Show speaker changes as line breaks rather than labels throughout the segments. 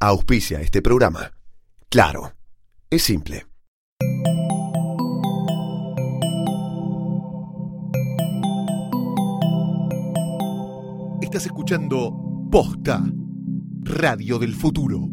Auspicia este programa. Claro, es simple. Estás escuchando Posta, Radio del Futuro.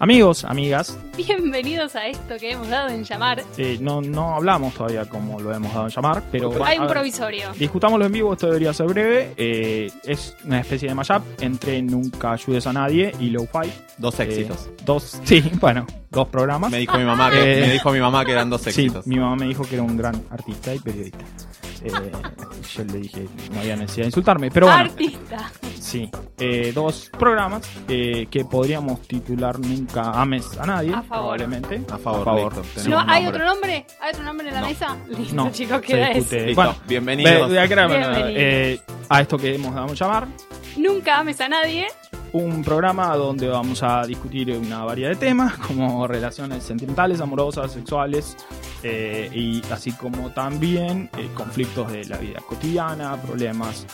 Amigos, amigas,
Bienvenidos a esto que hemos dado en llamar.
eh, no, no hablamos todavía como lo hemos dado en llamar, pero va-
Hay
a
un
ver,
provisorio.
discutámoslo en vivo, esto debería ser breve. eh, es una especie de mashup entre Nunca Ayudes a Nadie y Lo-Fi.
Dos
eh,
éxitos.
dos, sí, bueno, dos programas.
Me dijo mi mamá que
Eh,
me dijo mi mamá que eran dos
Sí,
éxitos.
mi mamá me dijo que era un gran artista y periodista. Eh, yo le dije, no había necesidad de insultarme, pero bueno.
Artista.
Sí, eh, dos programas eh, que podríamos titular Nunca Ames a Nadie,
A favor.
probablemente.
A favor, listo,
Sí.
¿No
tenemos
hay
nombre.
otro nombre? ¿Hay otro nombre en la
No.
mesa? Listo,
No,
chicos,
se
queda
discute.
ese.
Listo,
Bueno,
bienvenidos.
Ve- de acá, bueno,
Bienvenidos.
eh, a esto que hemos dado a llamar,
Nunca ames a nadie.
un programa donde vamos a discutir una variedad de temas, como relaciones sentimentales, amorosas, sexuales, eh, y así como también eh, conflictos de la vida cotidiana, problemas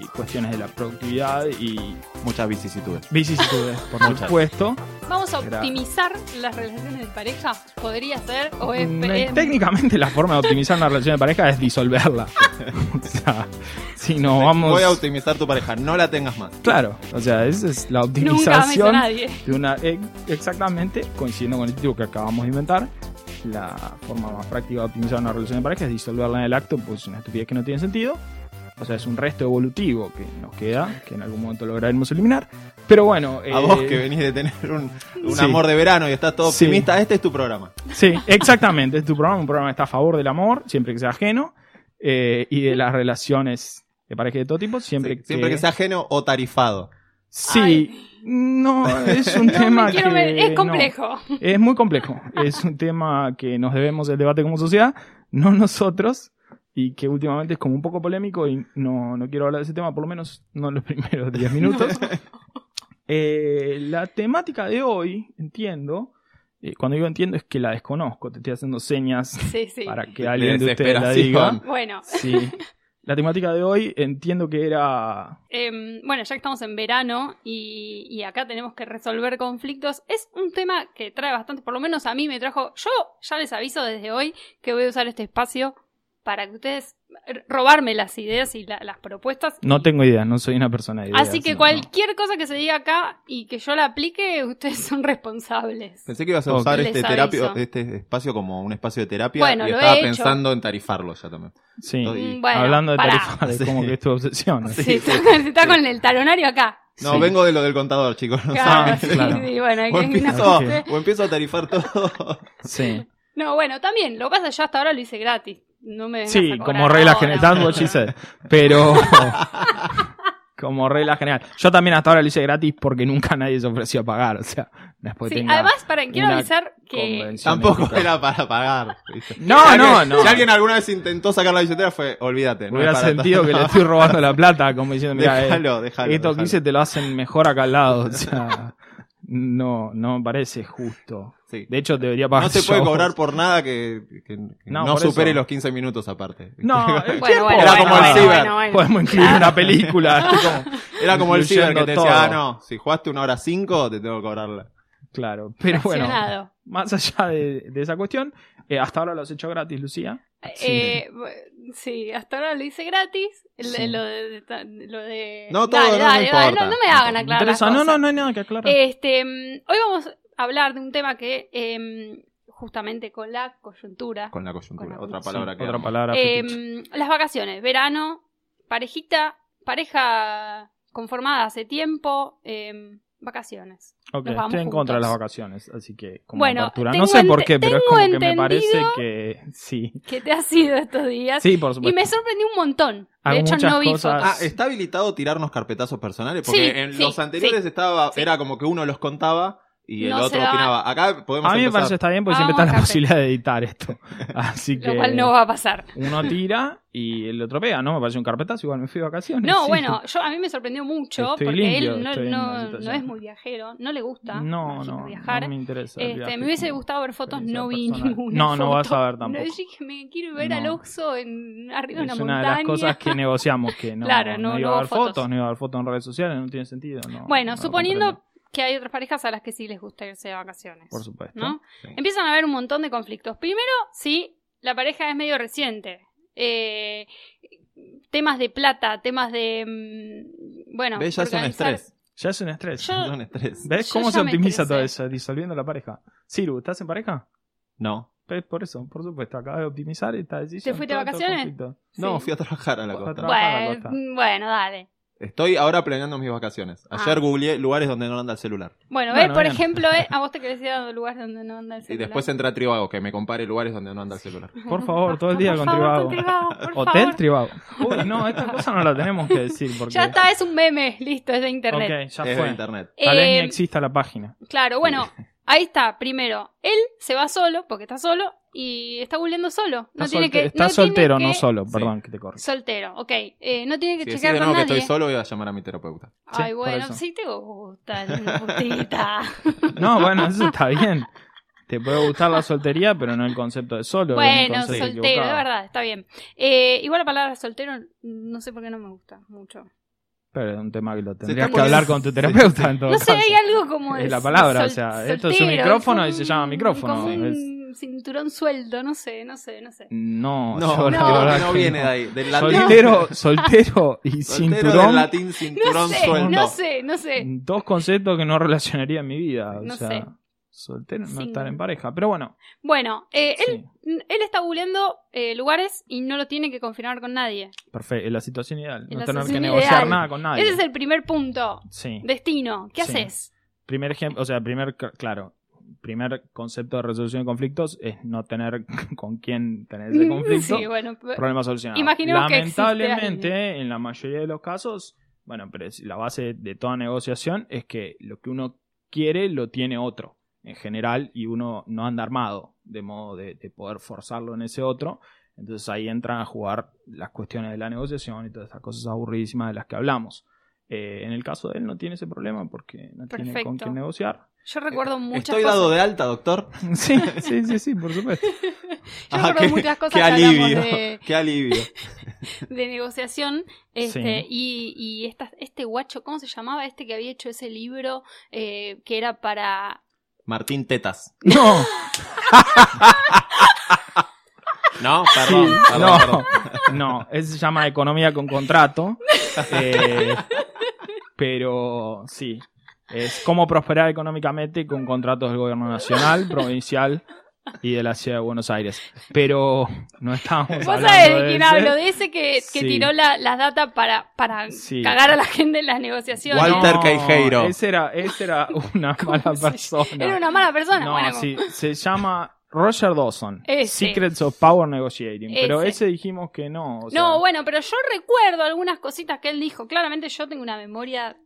y cuestiones de la productividad y
Muchas vicisitudes.
vicisitudes, por
Muchas.
supuesto.
Vamos a
Gra-
optimizar las relaciones de pareja. Podría ser o es.
Mm,
es-
Técnicamente la forma de optimizar una relación de pareja es disolverla. o sea, si no vamos...
Voy a optimizar tu pareja, no la tengas más.
Claro, o sea, esa es la
Nunca ames a
optimización
nadie.
de una e- exactamente coincidiendo con el título que acabamos de inventar la forma más práctica de optimizar una relación de pareja es disolverla en el acto pues es una estupidez que no tiene sentido o sea es un resto evolutivo que nos queda que en algún momento lograremos eliminar pero bueno eh,
A vos que venís de tener un, un
Sí.
amor de verano y estás todo
Sí.
optimista, este es tu programa.
sí exactamente es tu programa un programa que está a favor del amor siempre que sea ajeno eh, y de las relaciones de pareja de todo tipo siempre
Sí, Siempre que sea ajeno o tarifado.
sí
Ay.
no es un
No,
tema
me quiero
que
ver- Es
no.
complejo.
Es muy complejo. Es un tema que nos debemos el debate como sociedad, no nosotros, y que últimamente es como un poco polémico y no, no quiero hablar de ese tema, por lo menos no en los primeros 10 minutos. Eh, la temática de hoy, entiendo, eh, cuando digo entiendo es que la desconozco, te estoy haciendo señas
Sí, sí.
para que
De
alguien de ustedes la diga.
desesperación.
Bueno,
Sí. La temática de hoy entiendo que era...
em, bueno, ya que estamos en verano y, y acá tenemos que resolver conflictos. Es un tema que trae bastante, por lo menos a mí me trajo. Yo ya les aviso desde hoy que voy a usar este espacio para que ustedes r- robarme las ideas y la- las propuestas.
No tengo idea, no soy una persona de
Así
ideas,
que
no,
cualquier cosa que se diga acá y que yo la aplique, ustedes son responsables.
Pensé que ibas a
Ok.
usar
Les
este,
aviso.
terapio, este espacio como un espacio de terapia
Bueno,
y
lo
estaba
he hecho.
pensando en tarifarlo ya también.
no. Sí.
Estoy-
Mm, Bueno,
Hablando de
pará.
tarifas, es como
Sí.
que es tu obsesión.
Sí, está, con- está con el talonario acá.
No,
Sí.
vengo de lo del contador, chicos. no
Claro,
saben.
sí,
claro.
sí, bueno, hay
O
que-
empiezo,
Ok.
o empiezo a tarifar todo.
Sí.
No, bueno, también, lo que pasa es que yo hasta ahora lo hice gratis. No me vengas a
Sí,
cobrar
como regla
ahora,
general. That's
boludo.
what she said. Pero. como regla general. Yo también hasta ahora lo hice gratis porque nunca nadie se ofreció a pagar. O sea, no es porque
Sí,
tenga
además, para, quiero
una
avisar que
convención
Tampoco
ética.
era para pagar. ¿viste?
No,
Si
no,
alguien-
no.
Si alguien alguna vez intentó sacar la billetera fue, olvídate.
Hubiera
es para
sentido
tanto.
que le estoy robando la plata, como diciendo, mira,
Déjalo, déjalo.
esto que
déjalo.
hice te lo hacen mejor acá al lado. O sea, no, no me parece justo.
Sí.
De hecho, debería pagar.
No se puede
yo.
cobrar por nada que, que- que
No,
no,
por
supere
eso.
los 15 minutos aparte.
No, eh, el
Bueno,
tiempo-
bueno,
Era
bueno,
como el
bueno,
ciber.
bueno, bueno.
Podemos incluir una película. así como-
Era como el ciber que te
Incluyendo
decía, ah,
todo.
no, si jugaste una hora cinco, te tengo que cobrarla.
Claro, pero bueno.
Fraccionado.
Más allá de, de esa cuestión, eh, hasta ahora los he hecho gratis, Lucía.
Eh, bu- sí, hasta ahora lo hice gratis. El-
Sí.
Lo, de, lo de-
No, todo, no, no importa.
no, no me hagan aclarar. Ah, las
Interesa- No, no,
cosas.
no hay nada que aclarar.
Este, mm, hoy vamos a hablar de un tema que, em, justamente con la coyuntura,
Con la
Con
coyuntura,
la
otra
coyuntura.
palabra
Sí,
que
otra
amo.
palabra.
em,
fetiche.
las vacaciones, verano, parejita, pareja conformada hace tiempo, em, vacaciones.
Ok,
nos vamos
estoy en contra de las
juntos.
vacaciones, así que como
Bueno,
apertura.
tengo
No sé por qué,
ente-
pero es
tengo
como que me parece
entendido-
que sí.
¿Qué te ha sido estos días?
Sí, por
y
supuesto.
me sorprendió un montón. De
Hay
hecho,
muchas
no vi
cosas-
fotos.
Ah, ¿está habilitado tirarnos carpetazos personales? Porque
Sí,
en
sí,
los anteriores
sí,
estaba,
sí.
era como que uno los contaba y el
No se
otro
daba-
opinaba. Acá podemos
A mí me
empezar.
parece que está bien porque
Vamos
siempre está
a
la
café.
posibilidad de editar esto. Así que
Ah, Lo cual no va a pasar.
uno tira y el otro pega, ¿no? Me parece un carpetazo, igual me fui de vacaciones.
No,
sí.
bueno, yo a mí me sorprendió mucho
Estoy
porque
limpio,
él no,
estoy en
no-
una
no
situación.
es muy viajero, no le gusta
No,
imagino,
no,
viajar.
no me interesa. el
Este,
viaje
me hubiese
como
gustado ver fotos,
experiencia
no vi
personal.
ninguna.
No, no vas
foto.
a ver tampoco.
No, yo dije, me quiero ver
No.
al oso en, arriba de una
es
montaña.
una de las cosas que negociamos, que no,
Claro,
no,
no-
iba
no
a haber
hubo
fotos.
fotos.
no iba a haber fotos en redes sociales, no tiene sentido. no,
Bueno,
no lo
suponiendo
comprendo,
que hay otras parejas a las que sí les gusta irse de vacaciones.
Por supuesto.
¿no?
Sí.
Empiezan a haber un montón de conflictos. Primero, sí, la pareja es medio reciente. Eh, temas de plata, temas de. mm, Bueno,
Ve, ya es un
organizar-
estrés.
Ya es un estrés.
Yo-
Es un estrés.
¿Ves
yo
cómo
ya
se
me
optimiza todo
estresé.
eso? Disolviendo la pareja. Siru, ¿estás en pareja?
No.
Pues por eso, por supuesto. Acabas de optimizar esta decisión.
¿Te fuiste
todo
de
este
vacaciones?
conflicto.
No,
Sí.
fui a trabajar a la
Fue a
costa.
trabajar. Trabaja la
Bueno,
costa.
Eh, bueno, dale.
Estoy ahora planeando mis vacaciones. Ayer
Ah.
googleé lugares donde no anda el celular.
Bueno,
Bueno,
eh, por
bien.
ejemplo, eh, a vos te querés ir a lugares donde no anda el
Y
celular.
después entré a Tribago, que me compare lugares donde no anda el celular.
Por favor, todo el
Ah,
día
por
con
favor,
Tribago.
con Trivago, por
Hotel
favor.
Tribago. Uy, no, esta cosa no la tenemos que decir porque.
Ya está, es un meme, listo, es de internet.
Ok, ya
es de
fue.
internet.
Tal vez
Eh,
ni exista la página.
Claro, bueno, ahí está. Primero, él se va solo, porque está solo, y está googleando solo. No
Está,
tiene
solte-
que,
está
no tiene
soltero,
que-
no solo.
Sí.
Perdón que te corro.
Soltero, ok. Eh, no tiene que
Si decís
checar
de
con
nuevo que
nadie.
estoy solo, voy a llamar a mi terapeuta.
Ay,
Sí, por
bueno,
eso.
sí te gusta, putita.
No, bueno, eso está bien. Te puede gustar la soltería, pero no el concepto de solo. es un
bueno,
concepto
soltero,
equivocado.
de verdad, está bien. Eh, igual la palabra soltero, no sé por qué no me gusta mucho.
Pero es un tema que lo
está
tendrías que
poniendo-
hablar con tu
Sí,
terapeuta. en todo
No sé,
caso.
hay algo como
Es
de
la palabra,
sol-
o sea, esto es un
soltero,
micrófono y
un-
se llama micrófono,
Como un cinturón sueldo, no sé, no sé, no sé.
No, yo
No,
la
no,
verdad
no,
que
no viene de ahí. Del latín,
Soltero, soltero y
soltero
cinturón.
del latín
No
cinturón Mm.
sé,
sueldo.
no sé, no sé.
Dos conceptos que no relacionaría en mi vida. O
No
sea,
sé.
soltero no
Sí.
estar en pareja. Pero bueno,
Bueno, eh, él,
sí,
él está googleando eh, lugares y no lo tiene que confirmar con nadie.
perfecto. Es la situación ideal.
Es
No
la
tener que
situación
negociar
ideal.
nada con nadie.
Ese es el primer punto.
Sí.
Destino, ¿qué
Sí.
haces?
Primer ejemplo, o sea, primer, c- claro, primer concepto de resolución de conflictos es no tener con quién tener ese conflicto.
Mm, Sí, bueno, pe-
problema solucionado.
Imaginemos que existe
Lamentablemente, en la mayoría de los casos, bueno, pero es- la base de toda negociación es que lo que uno quiere lo tiene otro en general y uno no anda armado de modo de, de poder forzarlo en ese otro. Entonces ahí entran a jugar las cuestiones de la negociación y todas estas cosas aburridísimas de las que hablamos. Eh, en el caso de él no tiene ese problema porque no tiene con
Perfecto.
quién negociar.
yo recuerdo muchas
Estoy
cosas.
dado de alta, doctor.
Sí, sí, sí, sí, por supuesto.
Yo
Ah,
recuerdo
qué,
muchas cosas
qué
que hablamos
alivio.
de,
Qué alivio.
de negociación. Este,
Sí.
Y, y esta- este guacho, ¿cómo se llamaba? Este que había hecho ese libro eh, que era para
Martín Tetas.
No,
No,
Sí,
perdón. perdón,
no,
perdón.
no, eso se llama economía con contrato. Eh, pero sí, es cómo prosperar económicamente con contratos del gobierno nacional, provincial y de la ciudad de Buenos Aires. Pero no estábamos
Vos
hablando
sabés de quién
ese.
hablo, de ese que, que
Sí.
tiró la- las datas para, para
Sí.
cagar a la gente en las negociaciones.
Walter
No,
Queijeiro.
Ese era, ese era una
¿Cómo
mala
se-
persona.
Era una mala persona.
No,
bueno,
sí, se llama Roger Dawson.
Ese.
Secrets of Power Negotiating. Pero
Ese.
ese dijimos que no. o sea,
No, bueno, pero yo recuerdo algunas cositas que él dijo. Claramente yo tengo una memoria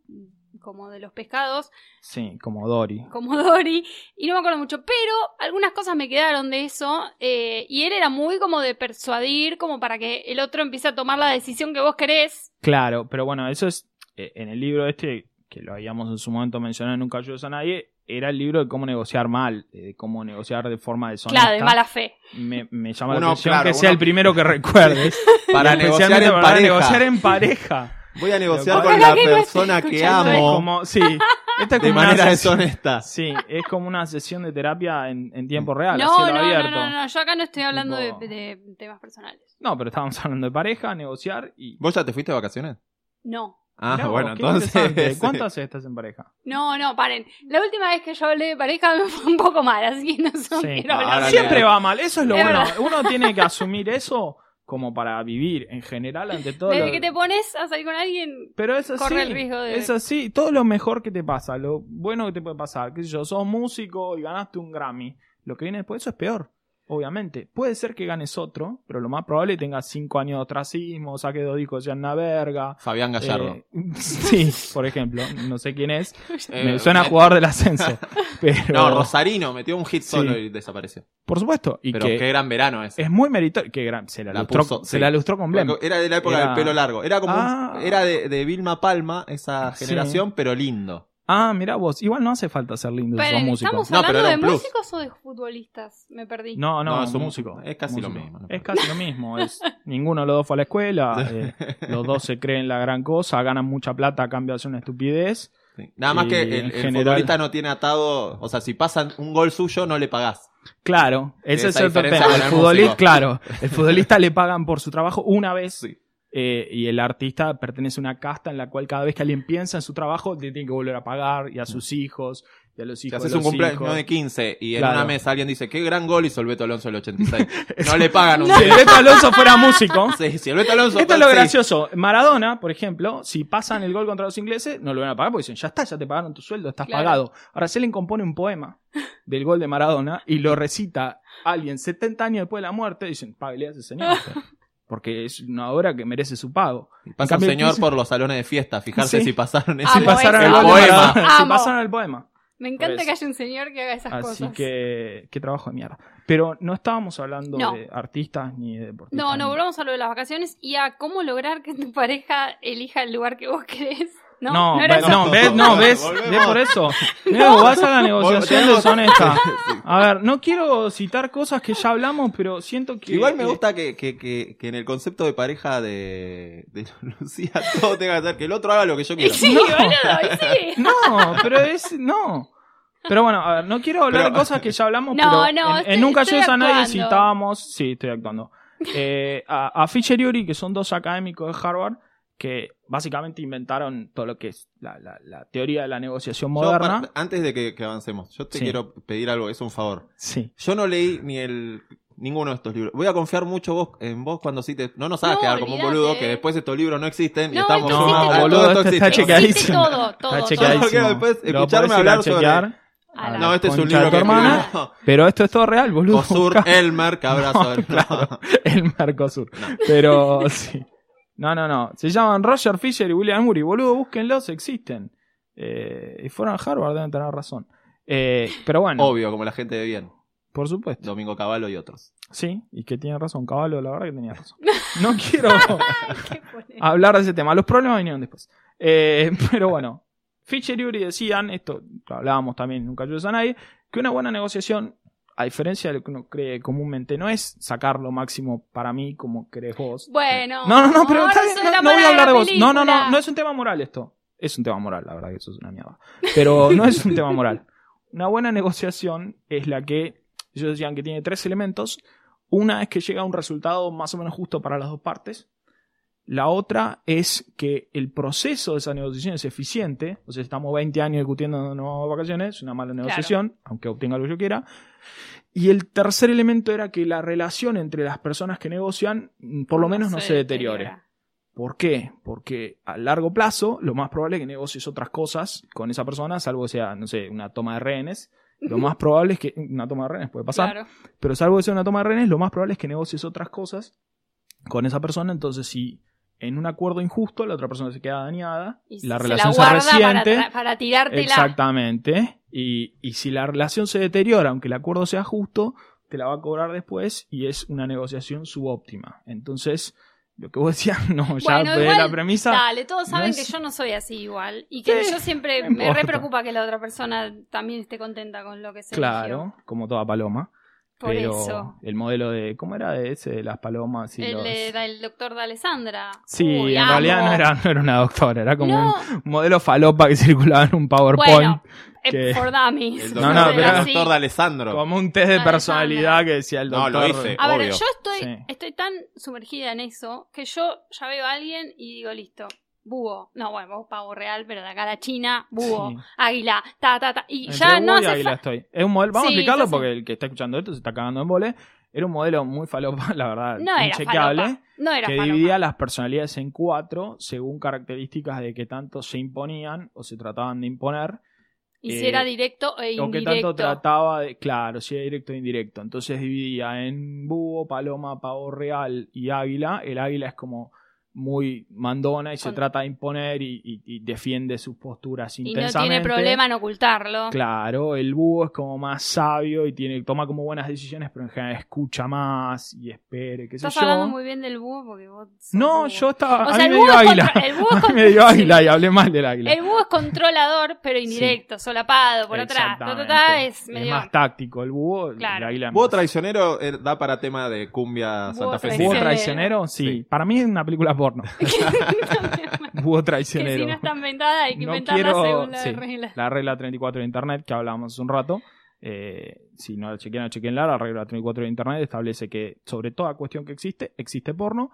como de los pescados,
Sí, como Dory.
como Dory, y no me acuerdo mucho, pero algunas cosas me quedaron de eso, eh, y él era muy como de persuadir, como para que el otro empiece a tomar la decisión que vos querés.
Claro, pero bueno, eso es eh, en el libro este, que lo habíamos en su momento mencionado, en nunca ayudas a nadie, era el libro de cómo negociar mal, eh, de cómo negociar de forma deshonesta.
Claro, de mala fe.
Me, me llama la
Uno,
atención
claro,
que sea
uno-
el primero que recuerdes.
Para
Especialmente
negociar en
para
pareja.
negociar en pareja.
Voy a negociar
Ojalá
con
que
la
no esté
persona que
escuchando
amo
Como, sí, esta es como
de
una
manera
sesión-
deshonesta.
Sí, es como una sesión de terapia en, en tiempo real, a
No,
Ah, cielo
no, no,
abierto.
no, no, yo acá no estoy hablando de,
Tipo-
de temas personales.
No, pero estábamos hablando de pareja, negociar y...
¿Vos ya te fuiste de vacaciones?
No.
Ah,
Mirá vos,
bueno,
qué
entonces. este,
interesante. ¿Cuántas estás en pareja?
No, no, paren. La última vez que yo hablé de pareja me fue un poco mal, así que no sé.
Sí.
quiero hablar.
Ahora
Siempre
que-
va mal, eso es lo
Es
bueno.
verdad.
Uno tiene que asumir eso como para vivir en general ante todo.
Desde
lo-
que te pones a salir con alguien,
Pero eso sí,
corre el riesgo de-
eso sí, todo lo mejor que te pasa, lo bueno que te puede pasar, qué sé yo, sos músico y ganaste un Grammy, lo que viene después eso es peor, obviamente. Puede ser que ganes otro, pero lo más probable es que tengas cinco años de ostracismo, saque dos discos ya en la verga.
Fabián Gallardo.
Eh, sí, por ejemplo, no sé quién es,
Eh,
me suena a
eh,
jugador del ascenso, pero
No, Rosarino metió un hit solo
Sí.
y desapareció.
por supuesto, y
Pero
que
qué gran verano ese.
es muy meritorio, que gran- se la,
La
lustró,
puso,
se
sí. eh,
la lustró con Blem.
Era de la época
Era-
del pelo largo. Era como un-
Ah.
era de, de Vilma Palma esa
Sí.
generación, pero lindo.
Ah, mira vos, igual no hace falta ser lindo si
pero
sos músico.
¿estamos
No, pero
hablando
era
de
un plus.
músicos o de futbolistas? Me perdí.
No, no,
No,
es
es
un
un-
músico.
es casi lo
Músico.
mismo, no
Es casi lo mismo. Es, ninguno de los dos fue a la escuela. eh, los dos se creen la gran cosa. Ganan mucha plata a cambio de hacer una estupidez.
Sí. Nada más
Y
que
en
el, el
general-
futbolista no tiene atado. O sea, si pasan un gol suyo, no le pagás.
Claro, ese es
Esa
el tema.
diferencia con
El
el
futbolista,
músico.
claro, el futbolista le pagan por su trabajo una vez.
Sí.
eh, y el artista pertenece a una casta en la cual cada vez que alguien piensa en su trabajo, le tiene que volver a pagar y a sus hijos y a los
Si
hijos.
haces
de
un
los
cumpleaños
hijos.
de 15 y en
Claro.
una mesa alguien dice, qué gran gol hizo el Beto Alonso el 86. no le pagan un
Si
peso.
Beto Alonso fuera músico,
Oh, Sí, si el Beto Alonso.
Esto es lo
sí.
gracioso. Maradona, por ejemplo, si pasan el gol contra los ingleses, no lo van a pagar porque dicen, ya está, ya te pagaron tu sueldo, estás
Claro.
pagado. Ahora se le compone un poema del gol de Maradona y lo recita alguien 70 años después de la muerte, dicen, págale a ese señor. Porque es una obra que merece su pago.
Pasa
En
un
cambio,
señor
¿qué
por los salones de fiesta, fijarse
Sí.
si pasaron
Ah,
ese
Si pasaron
ese.
el,
el
gol de
poema.
Maradona, si
Amo.
pasaron el poema.
Me encanta
Por
que
eso.
haya un señor que haga esas cosas.
Así que, qué trabajo de mierda. Pero no estábamos hablando
No.
de artistas ni de deportistas.
No, no,
ni-
volvamos a lo de las vacaciones y a cómo lograr que tu pareja elija el lugar que vos querés. No,
No,
era
ve-
eso.
no, ves, no, ves,
Volvemos.
ves por eso. Leo, vas a la negociación
Volvemos.
deshonesta. A ver, no quiero citar cosas que ya hablamos, pero siento que. eh,
Igual me
que-
gusta que, que, que, que en el concepto de pareja de, de Lucía todo tenga que ser que el otro haga lo que yo
Y
quiero.
sí,
No.
boludo, y sí.
No, pero es. No. Pero bueno, a ver, no quiero hablar
Pero-
de cosas que ya hablamos,
No,
pero
no,
en,
estoy-
en Nunca
estoy
Ayudes a Nadie
actuando.
citábamos. Sí, estoy actuando. Eh, a, a Fisher y Uri, que son dos académicos de Harvard, que básicamente inventaron todo lo que es la, la- la teoría de la negociación
Yo,
moderna.
para- antes de que, que avancemos, yo te
Sí.
quiero pedir algo, es un favor.
Sí.
Yo no leí ni el ninguno de estos libros. Voy a confiar mucho vos en vos cuando sí te. No nos hagas
No,
quedar como un
olvídate.
boludo que después estos libros no existen y
No,
estamos.
esto
Ah,
existe
todo
boludo,
esto
este
existe.
está chequeadísimo.
Existe todo, todo.
Está
todo.
chequeadísimo.
chequeadísimo. Solo quiero después
Lo podés
escucharme
ir a
hablar sobre-
chequear.
A la-
No, este es un
Concha de
libro que
tu hermana.
escribió
Pero esto es todo real, boludo.
Cosur
Buscá
Elmer Cabrazo.
claro. el Mercosur. Pero sí. No, no, no. Se llaman Roger Fisher y William Murray. Boludo, búsquenlos, existen. Eh, y fueron a Harvard, deben tener razón. Eh, pero bueno,
Obvio, como la gente de bien.
por supuesto.
Domingo Caballo y otros.
Sí, y que tiene razón. Caballo, la verdad que tenía razón. No quiero
¿Qué pone?
hablar de ese tema. Los problemas vinieron después. Eh, pero bueno, Fisher y Uri decían, esto lo hablábamos también, nunca ayudes a nadie, que una buena negociación, a diferencia de lo que uno cree comúnmente, no es sacar lo máximo para mí como crees vos.
Bueno.
No, no, no, pero está bien,
soy
no,
la
no voy
mala
a hablar de
la
vos. No, no, no,
película.
no es un tema moral esto. Es un tema moral, la verdad que eso es una mierda. Pero no es un tema moral. Una buena negociación es la que, ellos decían que tiene tres elementos. Una es que llega a un resultado más o menos justo para las dos partes. La otra es que el proceso de esa negociación es eficiente. O sea, estamos 20 años discutiendo no vacaciones, es una mala negociación, aunque obtenga lo que yo quiera. Y el tercer elemento era que la relación entre las personas que negocian, mm, por lo menos no, se deteriore.
deteriora.
¿Por qué? Porque a largo plazo lo más probable es que negocies otras cosas con esa persona, salvo que sea, no sé, una toma de rehenes. Lo más probable es que una toma de rehenes puede pasar,
Claro.
pero salvo que sea una toma de rehenes, lo más probable es que negocies otras cosas con esa persona. Entonces, si en un acuerdo injusto la otra persona se queda dañada,
Y
la
se
relación se
guarda para
resiente.
tra- Para, tirártela.
Exactamente. Y, y si la relación se deteriora, aunque el acuerdo sea justo, te la va a cobrar después y es una negociación subóptima. Entonces, lo que vos decías, no, ya
Bueno,
de
igual,
la premisa.
Dale, todos
no
saben
es-
que yo no soy así igual. Y que
Sí,
yo siempre
no
me
importa.
re preocupa que la otra persona también esté contenta con lo que se eligió.
Claro, como toda paloma.
Por
pero
eso.
el modelo de. ¿Cómo era de ese de las palomas? Y
el,
los-
de- el doctor de Alessandra.
Sí,
Uy,
en
amo.
realidad no era, no era una doctora, era como
No.
un modelo falopa que circulaba en un PowerPoint.
Bueno, eh,
que-
for dummies.
El
No,
doctor,
no,
Era
pero-
el
así.
doctor de Alessandro.
Como un test de
Alejandra.
personalidad que decía el
No,
doctor.
lo hice.
A ver,
Obvio.
yo estoy,
Sí.
estoy tan sumergida en eso que yo ya veo a alguien y digo, listo, búho. No, bueno, vos pavo real, pero de acá a la China, búho,
Sí.
águila, ta, ta, ta. Y
Entre
ya no
búho y
hace
águila
falta.
estoy. Es un modelo. Vamos
Sí,
a explicarlo
ya sé.
porque el que está escuchando esto se está cagando en vole. Era un modelo muy falopa, la verdad,
No era
inchequeable.
falopa. No era
que
falopa.
dividía las personalidades en cuatro según características de que tanto se imponían o se trataban de imponer
Y si
eh,
era directo e
o que tanto
indirecto.
trataba de claro si era directo o indirecto entonces dividía en búho paloma pavo real y águila el águila es como muy mandona y se
Con-
trata de imponer y, y- y defiende sus posturas
y no
intensamente
tiene problema en ocultarlo.
Claro, el búho es como más sabio y tiene, toma como buenas decisiones, pero en general escucha más y espere, qué sé
Estás
yo.
hablando muy bien del búho porque vos. sos
No,
búho.
yo estaba.
O
a
sea,
mí
el
me
búho
dio
es
águila.
contra- el búho
A mí
contra-
me dio
sí.
águila y hablé mal del águila.
El búho es controlador, pero indirecto, solapado, por atrás. Ta, ta, ta,
Exactamente.
es medio.
más táctico el búho.
Claro.
El águila es
Búho
más-
traicionero eh, da para tema de cumbia
Búho
santafesina.
¿Búho
traicionero.
traicionero? Sí.
Sí.
Para mí es una película porno. búho
que si
traicionero.
no está inventada, hay que
No
inventarla
quiero-
según la
sí,
regla.
La regla 34 de Internet, que hablábamos hace un rato. eh, si no la chequean, no chequenla. La regla 34 de Internet establece que sobre toda cuestión que existe, existe porno.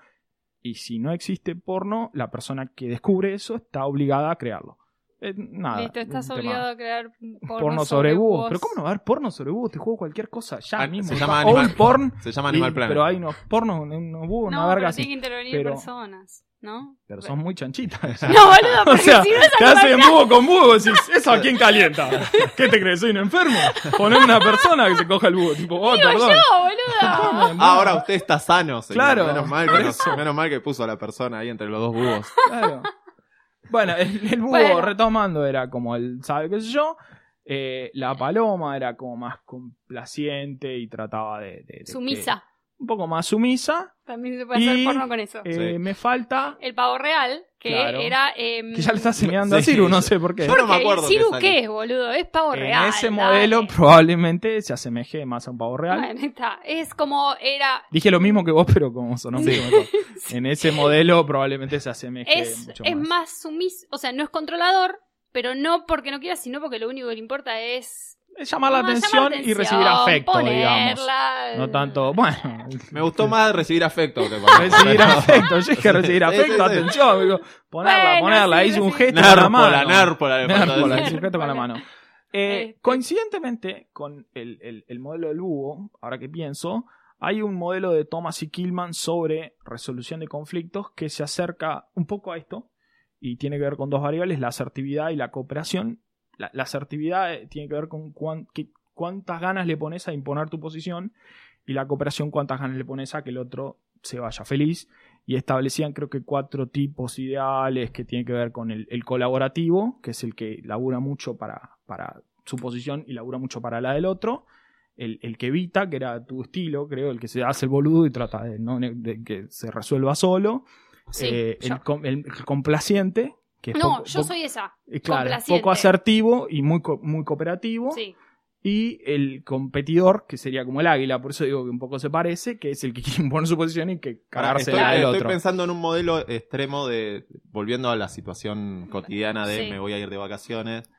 Y si no existe porno, la persona que descubre eso está obligada a crearlo. Eh, nada.
Listo, estás
un tema.
obligado a crear porno,
Porno sobre búhos. Pero ¿cómo no va a haber porno sobre búhos? Te juego cualquier cosa. Ya
Ah,
mismo.
se llama
Old
Animal-
porn.
Se llama Animal
y-
Planet.
Pero hay unos pornos, unos búhos,
No,
una verga
pero
así.
tiene que intervenir
pero-
personas, ¿no?
Pero son muy chanchitas.
No, boludo,
O
porque
sea,
si no es
te
animal
hacen
planet-
búho con búho, decís, ¿eso a quién calienta? ¿Qué te crees? ¿Soy un enfermo? Poner una persona que se coja el búho, tipo, oh,
Digo
perdón.
yo, boludo.
Perdón,
Ah, ahora usted está sano, señor.
Claro,
Menos mal,
por
que, menos mal que puso a la persona ahí entre los dos búhos.
Claro. Bueno, el, el búho,
Bueno.
retomando, era como el, ¿sabe qué sé yo? Eh, la paloma era como más complaciente y trataba de... de- de
Sumisa.
que- un poco más sumisa.
También se puede hacer
Y-
porno con eso.
Eh,
Sí.
Me falta...
El pavo real, que
Claro.
era. em,
Que ya le está señalando a
Sí,
Ciru, no
yo-
sé por qué.
yo no me
porque
acuerdo
el
que
Ciru,
sale.
¿qué es, boludo? Es pavo
en
real.
ese
dale.
modelo probablemente se asemeje más a un pavo real.
Bueno, está. Es como era.
Dije lo mismo que vos, pero como sonó mucho
Sí.
mejor. En ese modelo probablemente se asemeje
Es,
mucho
es
más.
más sumiso. O sea, no es controlador, pero no porque no quiera, sino porque lo único que le importa es.
Es llamar la
llamar
atención y recibir afecto, digamos.
ponerla,
No tanto, bueno.
Me gustó más recibir afecto que
Recibir afecto, yo es que recibir
Sí, sí,
afecto,
sí.
atención. digo, ponerla,
Bueno,
ponerla,
sí,
hice un
sí.
gesto con la
Nárpola,
mano.
nárpola. le faltó
Nárpola,
decir.
hice un gesto con la mano. Eh,
Este.
Coincidentemente con el, el- el modelo del búho, ahora que pienso, hay un modelo de Thomas y Killman sobre resolución de conflictos que se acerca un poco a esto y tiene que ver con dos variables, la asertividad y la cooperación. La, la asertividad eh, tiene que ver con cuán- qué- cuántas ganas le pones a imponer tu posición y la cooperación cuántas ganas le pones a que el otro se vaya feliz. Y establecían creo que cuatro tipos ideales que tienen que ver con el, el colaborativo, que es el que labura mucho para, para su posición y labura mucho para la del otro. El, el que evita, que era tu estilo, creo, el que se hace el boludo y trata de, no- de que se resuelva solo.
Sí,
Eh,
yo.
el, com- el- el complaciente, que es
No,
poco,
yo
poco-
soy esa.
eh, claro,
complaciente.
poco asertivo y muy, co- muy cooperativo.
Sí.
Y el competidor, que sería como el águila, por eso digo que un poco se parece, que es el que quiere imponer su posición y que
Pará,
cagarse
Estoy,
la del
estoy
otro.
pensando en un modelo extremo de. Volviendo a la situación cotidiana de
Sí.
me voy a ir de vacaciones.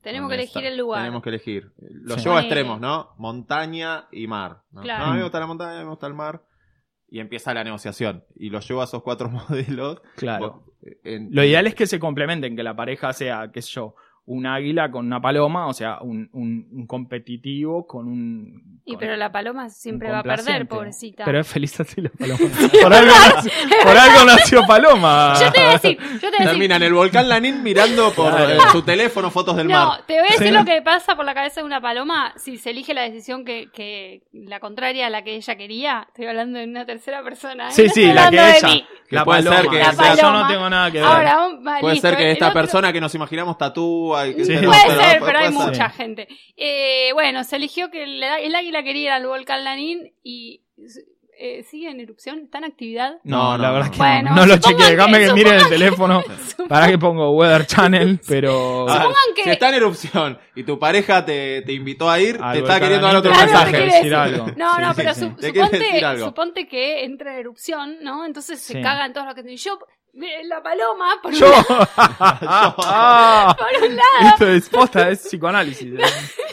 Tenemos que
¿Dónde
elegir
está?
el lugar.
Tenemos que elegir. Lo
Sí.
llevo a
Sí.
extremos, ¿no? Montaña y mar. ¿no?
Claro.
No, a mí me gusta la montaña, me gusta el mar. Y empieza la negociación. Y lo llevo a esos cuatro modelos.
Claro.
En-
Lo ideal es que se complementen, que la pareja sea, qué sé yo, un águila con una paloma, o sea, un, un- un competitivo con un.
Y
con-
pero la paloma siempre
un
va a perder,
complaciente.
pobrecita.
Pero es feliz así la paloma. por, algo, nació- por algo nació paloma.
Yo te voy a decir, yo te voy a decir.
Termina en el volcán Lanín mirando por eh, su teléfono fotos del
No,
mar.
te voy a decir
Sí.
lo que pasa por la cabeza de una paloma si se elige la decisión que, que la contraria a la que ella quería. Estoy hablando de una tercera persona. ¿eh?
Sí,
No
sí,
estoy
la que
hablando de
ella.
mí.
Que puede ser que
La
o sea, yo
paloma.
no tengo nada que ver.
Ahora, vamos- va,
Puede
listo, eh,
ser que
el
esta
otro-
persona que nos imaginamos tatúa y que
Sí.
se-
No,
Puede
pero-
ser, pero hay
puede ser.
mucha gente. Eh, bueno, se eligió que el, el águila quería ir al volcán Lanín y eh, sigue en erupción, está en actividad.
No,
No,
la
no,
verdad
no.
que
Bueno,
no, no lo
supongan
chequeé.
que-
Déjame que mire el
supongan
teléfono. Para que pongo Weather Channel, pero.
Ah,
Supongan que-
Si está en erupción y tu pareja te, te invitó a ir,
Algo
te está
de
queriendo dar otro
Claro, Ah, te
mensaje.
quiere
decir
decir.
algo.
No,
Sí,
no,
sí,
pero
sí.
su-
Te quiere decir
suponte,
algo.
suponte que entra en erupción, ¿no? Entonces
Sí.
se cagan todos los que... Yo, eh, la paloma, por,
Yo.
un,
Ah,
por un lado,
Esto es posta, es psicoanálisis.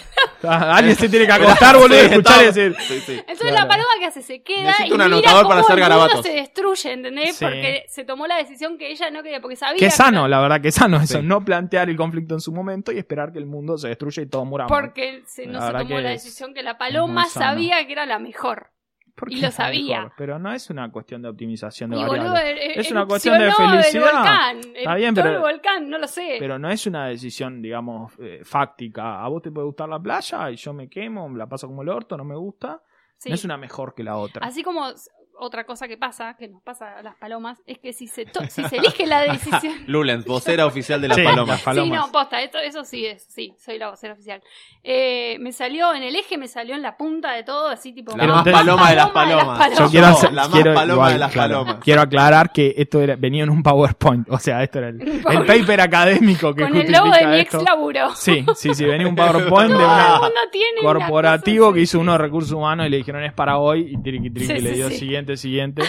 Ah, Alguien se tiene que acostar, boludo, y
Sí,
escuchar y
está-
decir.
sí, sí.
Entonces
Claro.
la paloma que hace se queda
Necesito
y
un
mira
anotador
cómo
para hacer
el mundo
garabatos.
se destruye, ¿entendés?
Sí.
Porque se tomó la decisión que ella no quería, porque sabía
Que es sano, la verdad que es sano eso.
Sí.
No plantear el conflicto en su momento y esperar que el mundo se destruya y todos muramos.
porque se- no
La
se
verdad
tomó
que
la
es
decisión que la paloma
muy sano.
sabía que era la mejor.
¿por
Y
qué
lo
no
sabía.
mejor? Pero no es una cuestión de optimización de
Y
variables.
boludo, eh,
Es
eh,
una
erupcionó
cuestión de
el
felicidad.
volcán,
Está bien,
eruptó
pero-
el volcán, no lo sé.
Pero no es una decisión, digamos, eh, fáctica. A vos te puede gustar la playa y yo me quemo, la paso como el orto, no me gusta.
Sí.
No es una mejor que la otra.
Así como s- otra cosa que pasa, que nos pasa a las palomas, es que si se, to- si se elige la decisión...
Lulens, vocera oficial de la
Sí,
paloma.
las palomas.
Sí, no, posta, esto- eso sí es, sí, soy la vocera oficial. Eh, me salió en el eje, me salió en la punta de todo, así tipo...
La
Pero
más
te-
paloma de las palomas.
palomas.
Yo quiero, hacer-
la más
quiero-
paloma
igual,
de las
claro,
palomas.
quiero aclarar que esto era, venía en un PowerPoint. O sea, esto era el, el paper académico que
Con el
justifica
logo de mi ex
esto.
laburo.
Sí, sí, sí, venía un PowerPint de
Todo
una
el mundo tiene una
corporativo
cosa
que
así.
hizo uno de recursos humanos y le dijeron es para hoy y triqui triqui
Sí,
le
sí,
dio
sí.
siguiente, siguiente.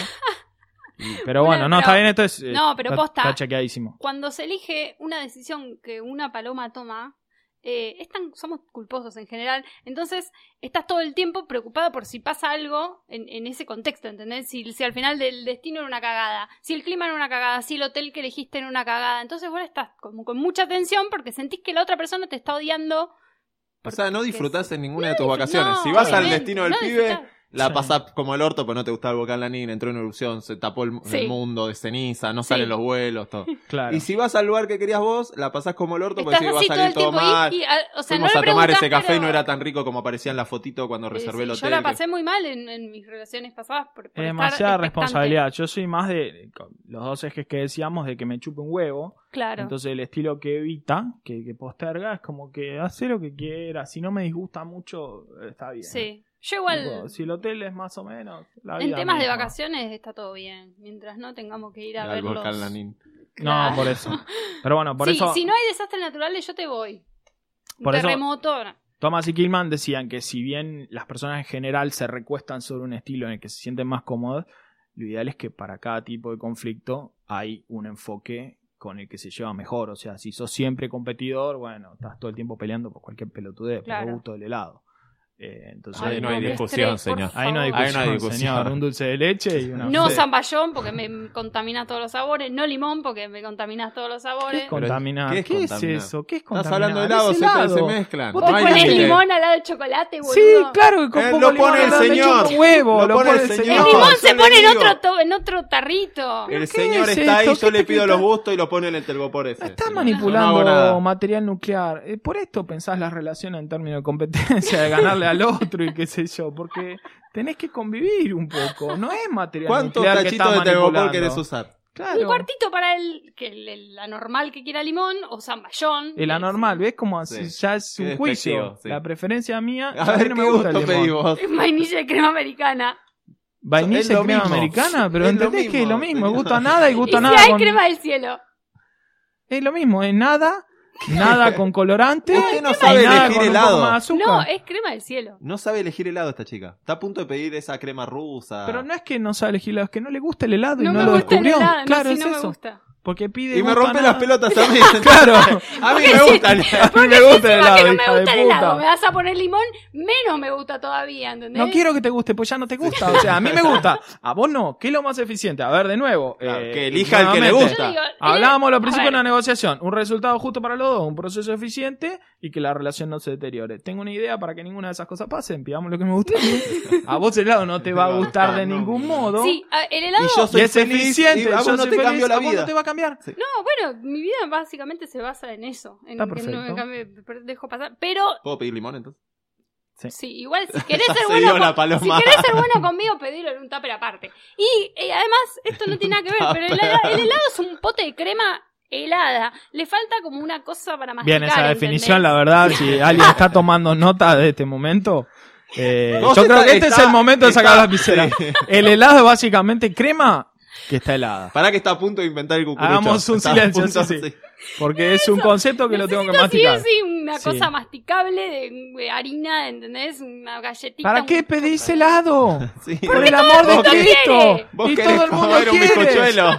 Y- Pero
Bueno,
bueno, no,
pero-
está bien, esto es. eh,
no, pero
está-
posta.
Está chequeadísimo.
Cuando se elige una decisión que una paloma toma, eh, es tan- somos culposos en general, entonces estás todo el tiempo preocupada por si pasa algo en, en ese contexto, ¿entendés? Si, si al final del destino era una cagada, si el clima era una cagada, si el hotel que elegiste era una cagada, entonces vos estás como con mucha tensión porque sentís que la otra persona te está odiando.
O sea, no disfrutás en ninguna de tus
No,
vacaciones.
no,
si vas al
obviamente,
destino del
no
pibe,
disfrutás.
la
Sí.
pasás como el orto, pues no te gustaba el volcán Lanín, entró en erupción, se tapó el, el
Sí.
mundo de ceniza, no
Sí.
salen los vuelos, todo.
Claro.
Y si vas al lugar que querías vos, la pasás como el orto, porque
Estás
si va a
así todo
salir
el
todo,
tiempo
mal.
y, y, a- o sea,
Fuimos
no
a
le
tomar ese
preguntás,
café y
pero-
no era tan rico como aparecía en la fotito cuando
Eh,
reservé
sí,
el hotel.
Yo la
que-
pasé muy mal en, en mis relaciones pasadas. Por, por
Es
estar
demasiada
expectante.
responsabilidad. Yo soy más de con los dos ejes que decíamos de que me chupe un huevo.
Claro.
Entonces el estilo que evita, que, que posterga, es como que hace lo que quiera. Si no me disgusta mucho, está bien.
sí. Yo
Tipo,
igual,
si el hotel es más o menos. La
en
vida
temas de
misma.
vacaciones está todo bien. Mientras no tengamos que ir a
Al
verlos.
volcán Lanín.
Claro.
No, por eso. Pero bueno, por
Sí,
eso.
Si no hay desastres naturales, yo te voy. Un
Por eso-
terremoto. no.
Thomas y Killman decían que si bien las personas en general se recuestan sobre un estilo en el que se sienten más cómodas, lo ideal es que para cada tipo de conflicto hay un enfoque con el que se lleva mejor. O sea, si sos siempre competidor, bueno, estás todo el tiempo peleando por cualquier pelotudez, por
Claro.
el gusto del helado. Eh, entonces,
Ahí
Ay,
no hay
qué
discusión,
estrés, por
señor.
ahí no hay
favor.
Ahí no
discusión,
hay discusión.
señor. Un dulce de leche y una...
No
Sí.
zamballón porque me contamina todos los sabores. No limón porque me contaminas todos los
¿Qué es
sabores.
contaminar?
¿Qué
¿Qué
es
es,
contaminar?
eso? ¿Qué es
Estás
contaminar?
hablando de
Es
helado, se,
helado.
se mezclan.
Vos
No
te
hay
Pones
límite.
limón al lado del chocolate, boludo.
Sí, claro, que con
Eh,
poco
lo
limón
pone el
me
señor.
chupa un huevo,
Lo
lo
pone
pone
el
el
señor.
El
señor.
limón
yo
se
le
pone en
digo.
otro, to- en otro tarrito.
El
¿Qué
señor
es
está ahí,
esto?
yo
¿Qué
le
te
pido
quita?
los gustos y lo pone en el tergopor ese.
Estás
Sí. No
manipulando
hago nada.
material nuclear. Eh, por esto pensás las relaciones en términos de competencia, de ganarle al otro y qué sé yo, porque tenés que convivir un poco. No es material
¿Cuántos
nuclear que
cachitos
estás
de tergopor
manipulando.
querés usar?
Claro.
Un cuartito para el, que el, el anormal que quiera limón o zamballón.
El anormal, ¿ves? Como así,
Sí.
ya es
Qué
un juicio.
despectivo, sí.
La preferencia mía,
A
mí
ver,
no
¿qué
me gusta
gusto
el limón.
pedís vos?
Vainilla de crema americana.
Vainilla
Es lo
y crema
mismo.
americana, pero
Es lo
entendés que es lo
mismo,
mismo.
señor.
Gusta nada y gusta
y
nada
si hay
con-
crema del cielo.
Es lo mismo, es nada, nada con colorante.
Usted no
y
sabe
nada
elegir
con un
helado.
poco más de azúcar.
No, es crema del cielo.
No sabe elegir helado esta chica. Está a punto de pedir esa crema rusa.
Pero no es que no sabe elegir helado, es que no le gusta el helado
No
y no
me
lo
gusta el
descubrió.
helado, no,
claro,
si
es
no me
eso.
gusta.
Porque pide.
Y me
gusta
rompe
nada.
las pelotas a mí.
Claro.
A mí
Porque
me
sí.
gusta el helado.
A mí me gusta el
Encima
helado,
que no
hija
me gusta
Ah, de
el helado. Me
puta.
vas a poner limón, menos me gusta todavía, ¿entendés?
No quiero que te guste, pues ya no te gusta. O sea, a mí me gusta. A vos no. ¿Qué es lo más eficiente? A ver, de nuevo.
Claro,
eh,
que elija el que le
nuevamente.
gusta.
Yo le digo, eh,
Hablábamos al
a
principio de
ver,
una negociación. Un resultado justo para los dos, un proceso eficiente y que la relación no se deteriore. Tengo una idea para que ninguna de esas cosas pasen. Pidamos lo que me gusta. A vos el helado no te va a gustar de
No.
ningún modo.
Sí, a- el helado.
Y yo soy
y es
feliz,
eficiente.
y a vos
yo
no
soy
te
feliz,
cambió la
a vos
vida.
no te va a cambiar.
Sí.
No, bueno, mi vida básicamente se basa en eso. En
Está
que no me
perfecto.
cambie, per- dejo pasar. Pero,
¿Puedo pedir limón entonces?
sí, igual, si querés
Ya
ser
se
bueno.
dio
con-
la paloma.
Si querés ser bueno conmigo, pedilo en un tupper aparte. Y eh, además, esto no tiene nada que ver, pero el, hela- el helado es un pote de crema helada. Le falta como una cosa para masticar.
Bien, esa
¿entendés?
definición, la verdad, si alguien está tomando nota de este momento, eh, yo
Vos
creo
está-
que este
está-
es el momento de sacar
está-
la lapicera. El helado es básicamente crema que está helada.
Pará que está a punto de inventar el cucurucho.
Hagamos un
Está a
silencio,
punto,
sí, sí.
sí.
Porque es un concepto que lo tengo que
Necesito sí o
masticar.
sí una
Sí.
cosa masticable de, de harina, ¿entendés? Una galletita.
¿Para
un-
qué pedís helado?
Sí.
Por el amor de
mundo
Cristo.
quiere.
Vos
Y
querés
todo el mundo
comer un
quiere.
bizcochuelo.